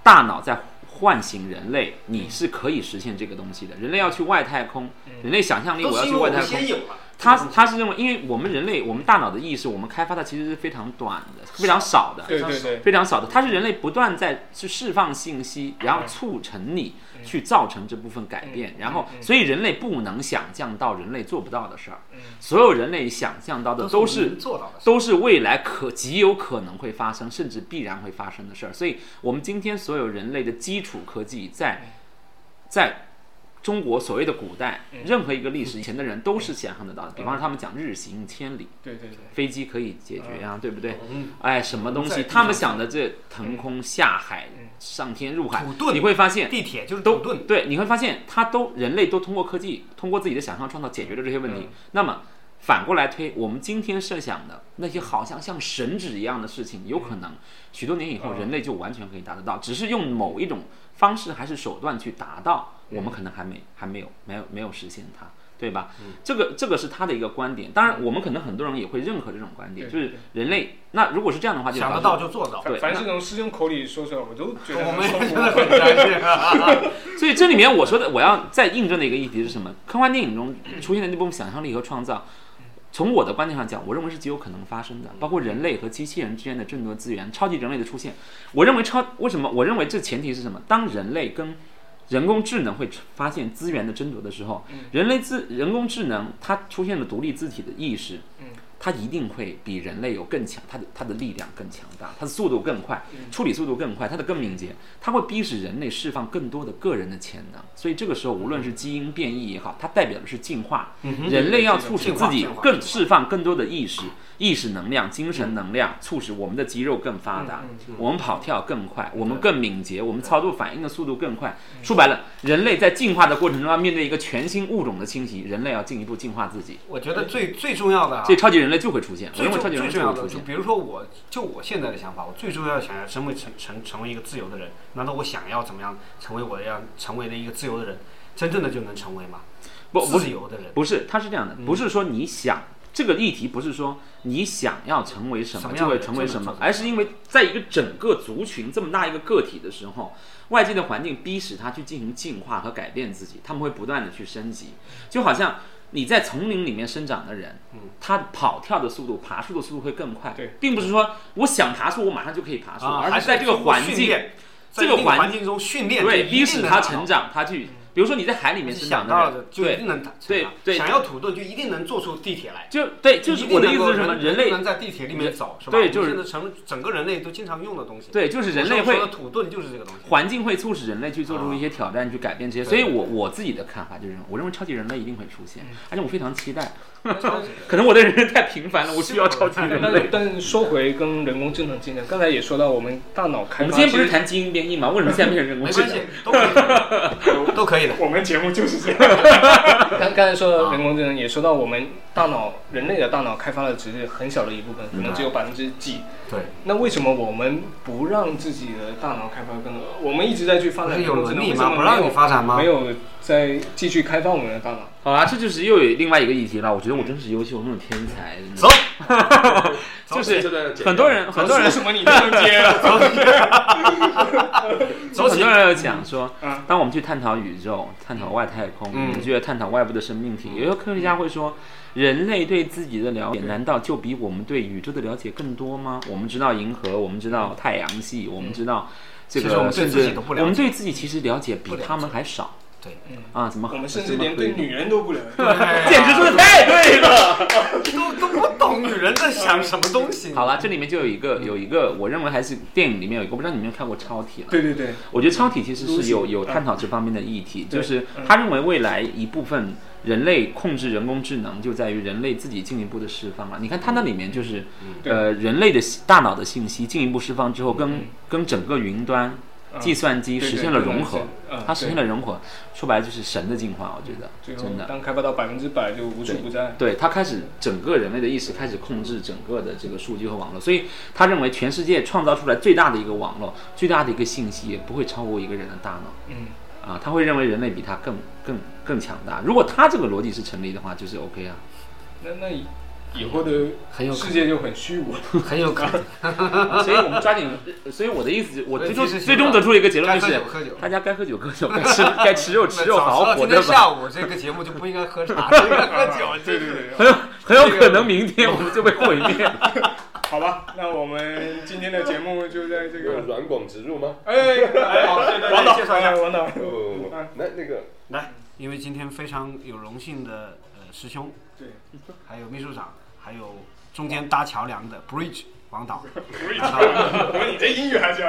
Speaker 3: 大脑在唤醒人类，你是可以实现这个东西的。人类要去外太空，人类想象力
Speaker 2: 都
Speaker 3: 我
Speaker 2: 嗯
Speaker 3: 要
Speaker 2: 是因
Speaker 3: 去
Speaker 2: 为我
Speaker 3: 外太
Speaker 2: 们
Speaker 3: 空，
Speaker 2: 先有了。
Speaker 3: 他他是认为，因为我们人类，我们大脑的意识，我们开发的其实是非常短的，非常少的，
Speaker 1: 对对对，
Speaker 3: 非常少的。它是人类不断在去释放信息，然后促成你去造成这部分改变，然后所以人类不能想象到人类做不到的事儿，所有人类想象到嗯的都
Speaker 2: 我
Speaker 3: 是
Speaker 2: 们做到的事，
Speaker 3: 都是未来可极有可能会发生，甚至必然会发生的事儿。所以，我们今天所有人类的基础科技在，在中国所谓的古嗯代，嗯任何一个历史以前的人都是想象得到的。比方说，他们讲日行千里，
Speaker 1: 对对对，
Speaker 3: 飞机可以解决啊，对不对？
Speaker 2: 嗯
Speaker 3: 哎，什么东
Speaker 1: 在
Speaker 3: 西？
Speaker 1: 地
Speaker 3: 他们
Speaker 1: 上嗯
Speaker 3: 想的这腾空下海、上天入海
Speaker 2: 土，遁
Speaker 3: 你会发现
Speaker 2: 地铁就是
Speaker 3: 都
Speaker 2: 都顿，
Speaker 3: 对，你会发现他都人类都通过科技，通过自己的想象创造解决了这些问
Speaker 2: 嗯
Speaker 3: 题。那么反过来推，我们今天设想的那些好像像神旨一样的事情，有
Speaker 2: 嗯
Speaker 3: 可能许多年以后
Speaker 1: 嗯
Speaker 3: 人类就完全可以达得到，只是用某一种方式还是手段去达到，
Speaker 2: 嗯
Speaker 3: 我们可能还没还没有没有没有实现它。对吧？
Speaker 2: 嗯
Speaker 3: 这个这个是他的一个观点，当然我们可能很多人也会认可这种观点，
Speaker 1: 对
Speaker 3: 就是人类。那如果是这样的话，就
Speaker 2: 想得
Speaker 3: 导致
Speaker 2: 到就做到。
Speaker 3: 对
Speaker 1: 凡凡是从师兄口里说出来，我都觉得
Speaker 2: 我们
Speaker 1: 很
Speaker 2: 也
Speaker 1: 舒
Speaker 2: 真
Speaker 1: 服
Speaker 2: 的很相信啊。
Speaker 3: 所以这里面我说的，我要再印证的一个议题是什么？科幻电影中出现的那部分想象力和创造，从我的观点上讲，我认为是极有可能发生的，包括人类和机器人之间的争夺资源，超级人类的出现。我认为超为什么？我认为这前提是什么？当人类跟人工智能会发现资源的争夺的时候，人类自人工智能它出现了独立自体的意识，它一定会比人类有更强，它的它的力量更强大，它的速度更快，
Speaker 2: 嗯
Speaker 3: 处理速度更快，它的更敏捷，它会逼使人类释放更多的个人的潜能。所以这个时候，无论是基因变异也好，它代表的是进化，
Speaker 2: 嗯
Speaker 3: 人类要促使自己
Speaker 2: 进化
Speaker 3: 更释放更多的意识、意识能量、精神能量，促使我们的肌肉更发达，
Speaker 2: 嗯
Speaker 3: 我们跑跳更快，我们更敏捷，我们操作反应的速度更快。
Speaker 2: 嗯
Speaker 3: 说白了，人类在进化的过程中要面对一个全新物种的侵袭，人类要进一步进化自己，
Speaker 2: 我觉得最最重要的啊
Speaker 3: 所，以超级人类就会出现。我
Speaker 2: 最
Speaker 3: 认为
Speaker 2: 重
Speaker 3: 超级人
Speaker 2: 最
Speaker 3: 类
Speaker 2: 重要
Speaker 3: 就会
Speaker 2: 的，
Speaker 3: 出
Speaker 2: 就
Speaker 3: 现。
Speaker 2: 比如说我，就我现在的想法，我最重要的想要成为成成成为一个自由的人，难道我想要怎么样成为我要成为的一个自由的人，真正的就能成为吗？
Speaker 3: 不不
Speaker 2: 自
Speaker 3: 是
Speaker 2: 由的人，
Speaker 3: 不是，它是这
Speaker 2: 嗯
Speaker 3: 样的，不是说你想。这个议题不是说你想要成为什
Speaker 2: 什
Speaker 3: 么
Speaker 2: 么
Speaker 3: 就
Speaker 2: 样的
Speaker 3: 会
Speaker 2: 人
Speaker 3: 成为
Speaker 2: 就能
Speaker 3: 什么
Speaker 2: 做，什么
Speaker 3: 而是因为在一个整个族群这么大一个个体的时候，外界的环境逼使他去进行进化和改变自己，他们会不断的去升级。就好像你在丛林里面生长的人，
Speaker 2: 嗯
Speaker 3: 他跑跳的速度、爬树的速度会更快
Speaker 1: 对，
Speaker 3: 并不是说我想爬树我马上就可以爬树，
Speaker 2: 啊，
Speaker 3: 而
Speaker 2: 还
Speaker 3: 是在这个环
Speaker 2: 训
Speaker 3: 境
Speaker 2: 练在
Speaker 3: 这个
Speaker 2: 一定的
Speaker 3: 环
Speaker 2: 环境中训练，
Speaker 3: 对
Speaker 2: 就一
Speaker 3: 逼
Speaker 2: 定
Speaker 3: 使
Speaker 2: 能
Speaker 3: 他
Speaker 2: 达到
Speaker 3: 成长，他去，比如说你在海里面生
Speaker 2: 想
Speaker 3: 长
Speaker 2: 到
Speaker 3: 人
Speaker 2: 的，就一
Speaker 3: 对
Speaker 2: 定能成
Speaker 3: 对
Speaker 2: 长
Speaker 3: 对
Speaker 2: 想要土遁就一定能做出地铁来。
Speaker 3: 就对，就是
Speaker 2: 一定
Speaker 3: 我的意
Speaker 2: 能
Speaker 3: 思
Speaker 2: 够
Speaker 3: 是什么？人
Speaker 2: 就
Speaker 3: 类
Speaker 2: 能在地铁里面走，是吧？
Speaker 3: 对就是
Speaker 2: 我们现在成整个人类都经常用的东西。
Speaker 3: 对，就是人
Speaker 2: 我
Speaker 3: 类
Speaker 2: 说
Speaker 3: 会
Speaker 2: 的啊土遁就是这个东西。
Speaker 3: 环境会促使人类去做出一些挑战，去改变这些。所以我我自己的看法就是，我认为超级人类一定会出现，
Speaker 2: 嗯
Speaker 3: 而且我非常期待。可能我的人太平凡了，我需要超级人
Speaker 1: 但
Speaker 3: 类。
Speaker 1: 但说回跟人工智能竞争，刚才也说到我们大脑
Speaker 3: 我
Speaker 1: 开
Speaker 3: 们
Speaker 1: 发，
Speaker 3: 今天不是谈基因变异吗？为什么现在变成人工
Speaker 2: 没
Speaker 3: 智
Speaker 2: 关
Speaker 3: 能
Speaker 2: 系？，都可以 的，都可以的。
Speaker 1: 我们节目就是这样。 刚刚才说到人工智能，也说到我们大脑，人类的大脑开发的只是很小的一部分，可能只有百分之几。
Speaker 2: 对，
Speaker 1: 那为什么我们不让自己的大脑开发更多？我们一直在去发
Speaker 2: 不
Speaker 1: 展
Speaker 2: 是有
Speaker 1: 人工智
Speaker 2: 伦
Speaker 1: 能，为
Speaker 2: 理
Speaker 1: 什
Speaker 2: 吗？
Speaker 1: 么
Speaker 2: 不让
Speaker 1: 没
Speaker 2: 你
Speaker 1: 有
Speaker 2: 发展吗
Speaker 1: 没？有再继续开发我们的大脑？
Speaker 3: 好啊，这就是又有另外一个议题了。我觉得我真是优秀，我那种天才，真的
Speaker 2: 走，
Speaker 3: 就
Speaker 5: 这
Speaker 3: 是
Speaker 5: 段剪掉
Speaker 3: 很多人很多人
Speaker 1: 为什么你这么接啊 了？
Speaker 2: 走
Speaker 3: 很
Speaker 2: 起
Speaker 3: 多！人有 讲说
Speaker 1: 嗯，
Speaker 3: 当我们去探讨宇宙、探讨外太空，
Speaker 2: 嗯
Speaker 3: 我们去探讨外部的生命体，也有科学家会说，人类对自己的了解，难道就比我们对宇宙的了解更多吗？我们知道银河，我们知道太阳系，我们知道这
Speaker 2: 嗯其实我
Speaker 3: 个，
Speaker 2: 们对
Speaker 3: 甚
Speaker 2: 自己
Speaker 3: 至
Speaker 2: 都不了解
Speaker 3: 我们对自己其实了解比
Speaker 2: 不了解
Speaker 3: 他们还少
Speaker 2: 对，
Speaker 3: 啊！怎么
Speaker 1: 我们甚至连对女人都不了解。
Speaker 3: 简直说的太对了！
Speaker 2: 都哎都不懂女人在想什么东 西。
Speaker 3: 好了，这里面就有一个有一个，我认为还是电影里面有一个，我不知道你们有没有看过《超体》了。
Speaker 1: 对对对，
Speaker 3: 我觉得超体其实是有
Speaker 1: 嗯
Speaker 3: 有探讨这方面的议题，
Speaker 1: 对
Speaker 3: 就是
Speaker 1: 嗯
Speaker 3: 他认为未来一部分人类控制人工智能就在于人类自己进一步的释放了。你看他那里面就是，
Speaker 1: 嗯对
Speaker 3: 呃，人类的信大脑的信息进一步释放之后，跟跟整个云端、
Speaker 1: 嗯
Speaker 3: 计算机实现了融合，，它
Speaker 1: 他
Speaker 3: 实现了融合，说白了就是神的进化，我觉得
Speaker 1: 最后
Speaker 3: 真的。
Speaker 1: 当开发到百分之百就无处不在。
Speaker 3: 对他开始整个人类的意识开始控制整个的这个数据和网络，所以他认为全世界创造出来最大的一个网络，最大的一个信息也不会超过一个人的大脑。
Speaker 1: 嗯，
Speaker 3: 啊，他会认为人类比他更更更强大。如果他这个逻辑是成立的话，就是 OK 啊。
Speaker 1: 那那以以后的
Speaker 2: 很有可
Speaker 1: 世界就很虚无了。
Speaker 2: 能，很有可能。
Speaker 3: 所以我们抓紧，呃所以我的意思，我最
Speaker 2: 所以
Speaker 3: 终
Speaker 2: 其实
Speaker 3: 最终得出了一个结
Speaker 4: 该
Speaker 3: 论，就
Speaker 4: 喝
Speaker 3: 是
Speaker 4: 酒喝酒，
Speaker 3: 大家该喝酒喝酒，该 吃该吃肉吃肉，好好活
Speaker 2: 今
Speaker 3: 着
Speaker 2: 天
Speaker 3: 吧。
Speaker 2: 下午这个节目就不应该喝茶，就应该喝酒。
Speaker 1: 啊对对对，
Speaker 3: 很有很有可能明天我们就被毁灭。
Speaker 1: 好吧，那我们今天的节目就在这
Speaker 5: 有
Speaker 1: 个。
Speaker 5: 软广植入吗？
Speaker 1: 哎，哎王导，介绍一下王导。
Speaker 5: 哦，那那个
Speaker 2: 来，因为今天非常有荣幸的呃师兄，
Speaker 1: 对，
Speaker 2: 还有秘书长，还有中间搭桥梁的 Bridge 王导，
Speaker 1: 我说你这英语还行。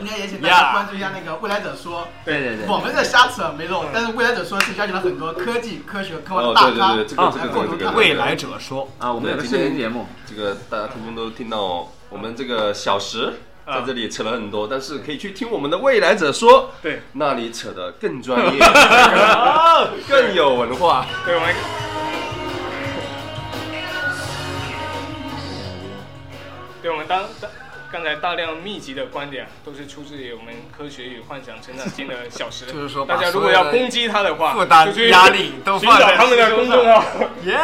Speaker 4: 应该也请大家
Speaker 2: Yeah
Speaker 4: 关注一下那个《未来者说
Speaker 3: 对对对》，
Speaker 4: 我们在瞎扯没漏，但是《未来者说》是邀请了很多科技、科学、科幻的
Speaker 5: 哦，
Speaker 4: 大
Speaker 5: 对
Speaker 4: 咖
Speaker 5: 对对，这个这
Speaker 4: 来共
Speaker 5: 个
Speaker 4: 同
Speaker 5: 这个
Speaker 4: 探讨
Speaker 2: 未来者说，
Speaker 3: 啊，我们有个
Speaker 5: 对
Speaker 3: 视
Speaker 5: 今天
Speaker 3: 频节目，
Speaker 5: 这个大家听众都听到，我们这个小时
Speaker 3: 啊
Speaker 5: 在这里扯了很多，但是可以去听我们的未来者说，
Speaker 1: 对
Speaker 5: 那里扯得更 专业，更有文化。
Speaker 1: 对，我们对我们当当刚才大量密集的观点啊，都是出自于我们科学与幻想成长经的小时。
Speaker 2: 就是说把
Speaker 1: 大家如
Speaker 2: 所
Speaker 1: 果
Speaker 2: 有
Speaker 1: 要
Speaker 2: 的
Speaker 1: 攻击他的话，
Speaker 2: 负担
Speaker 1: 就去
Speaker 2: 压力都
Speaker 1: 寻
Speaker 2: 放
Speaker 1: 找
Speaker 2: 在
Speaker 1: 他们的
Speaker 2: 心
Speaker 1: 公
Speaker 2: 上
Speaker 1: 众号。
Speaker 2: 耶、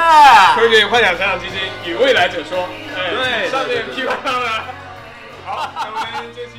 Speaker 1: 科学与幻想成长基金与未来者说，哎，
Speaker 5: 对
Speaker 1: 上面
Speaker 5: 对对对
Speaker 1: Q 他们啊。好，那我们这期。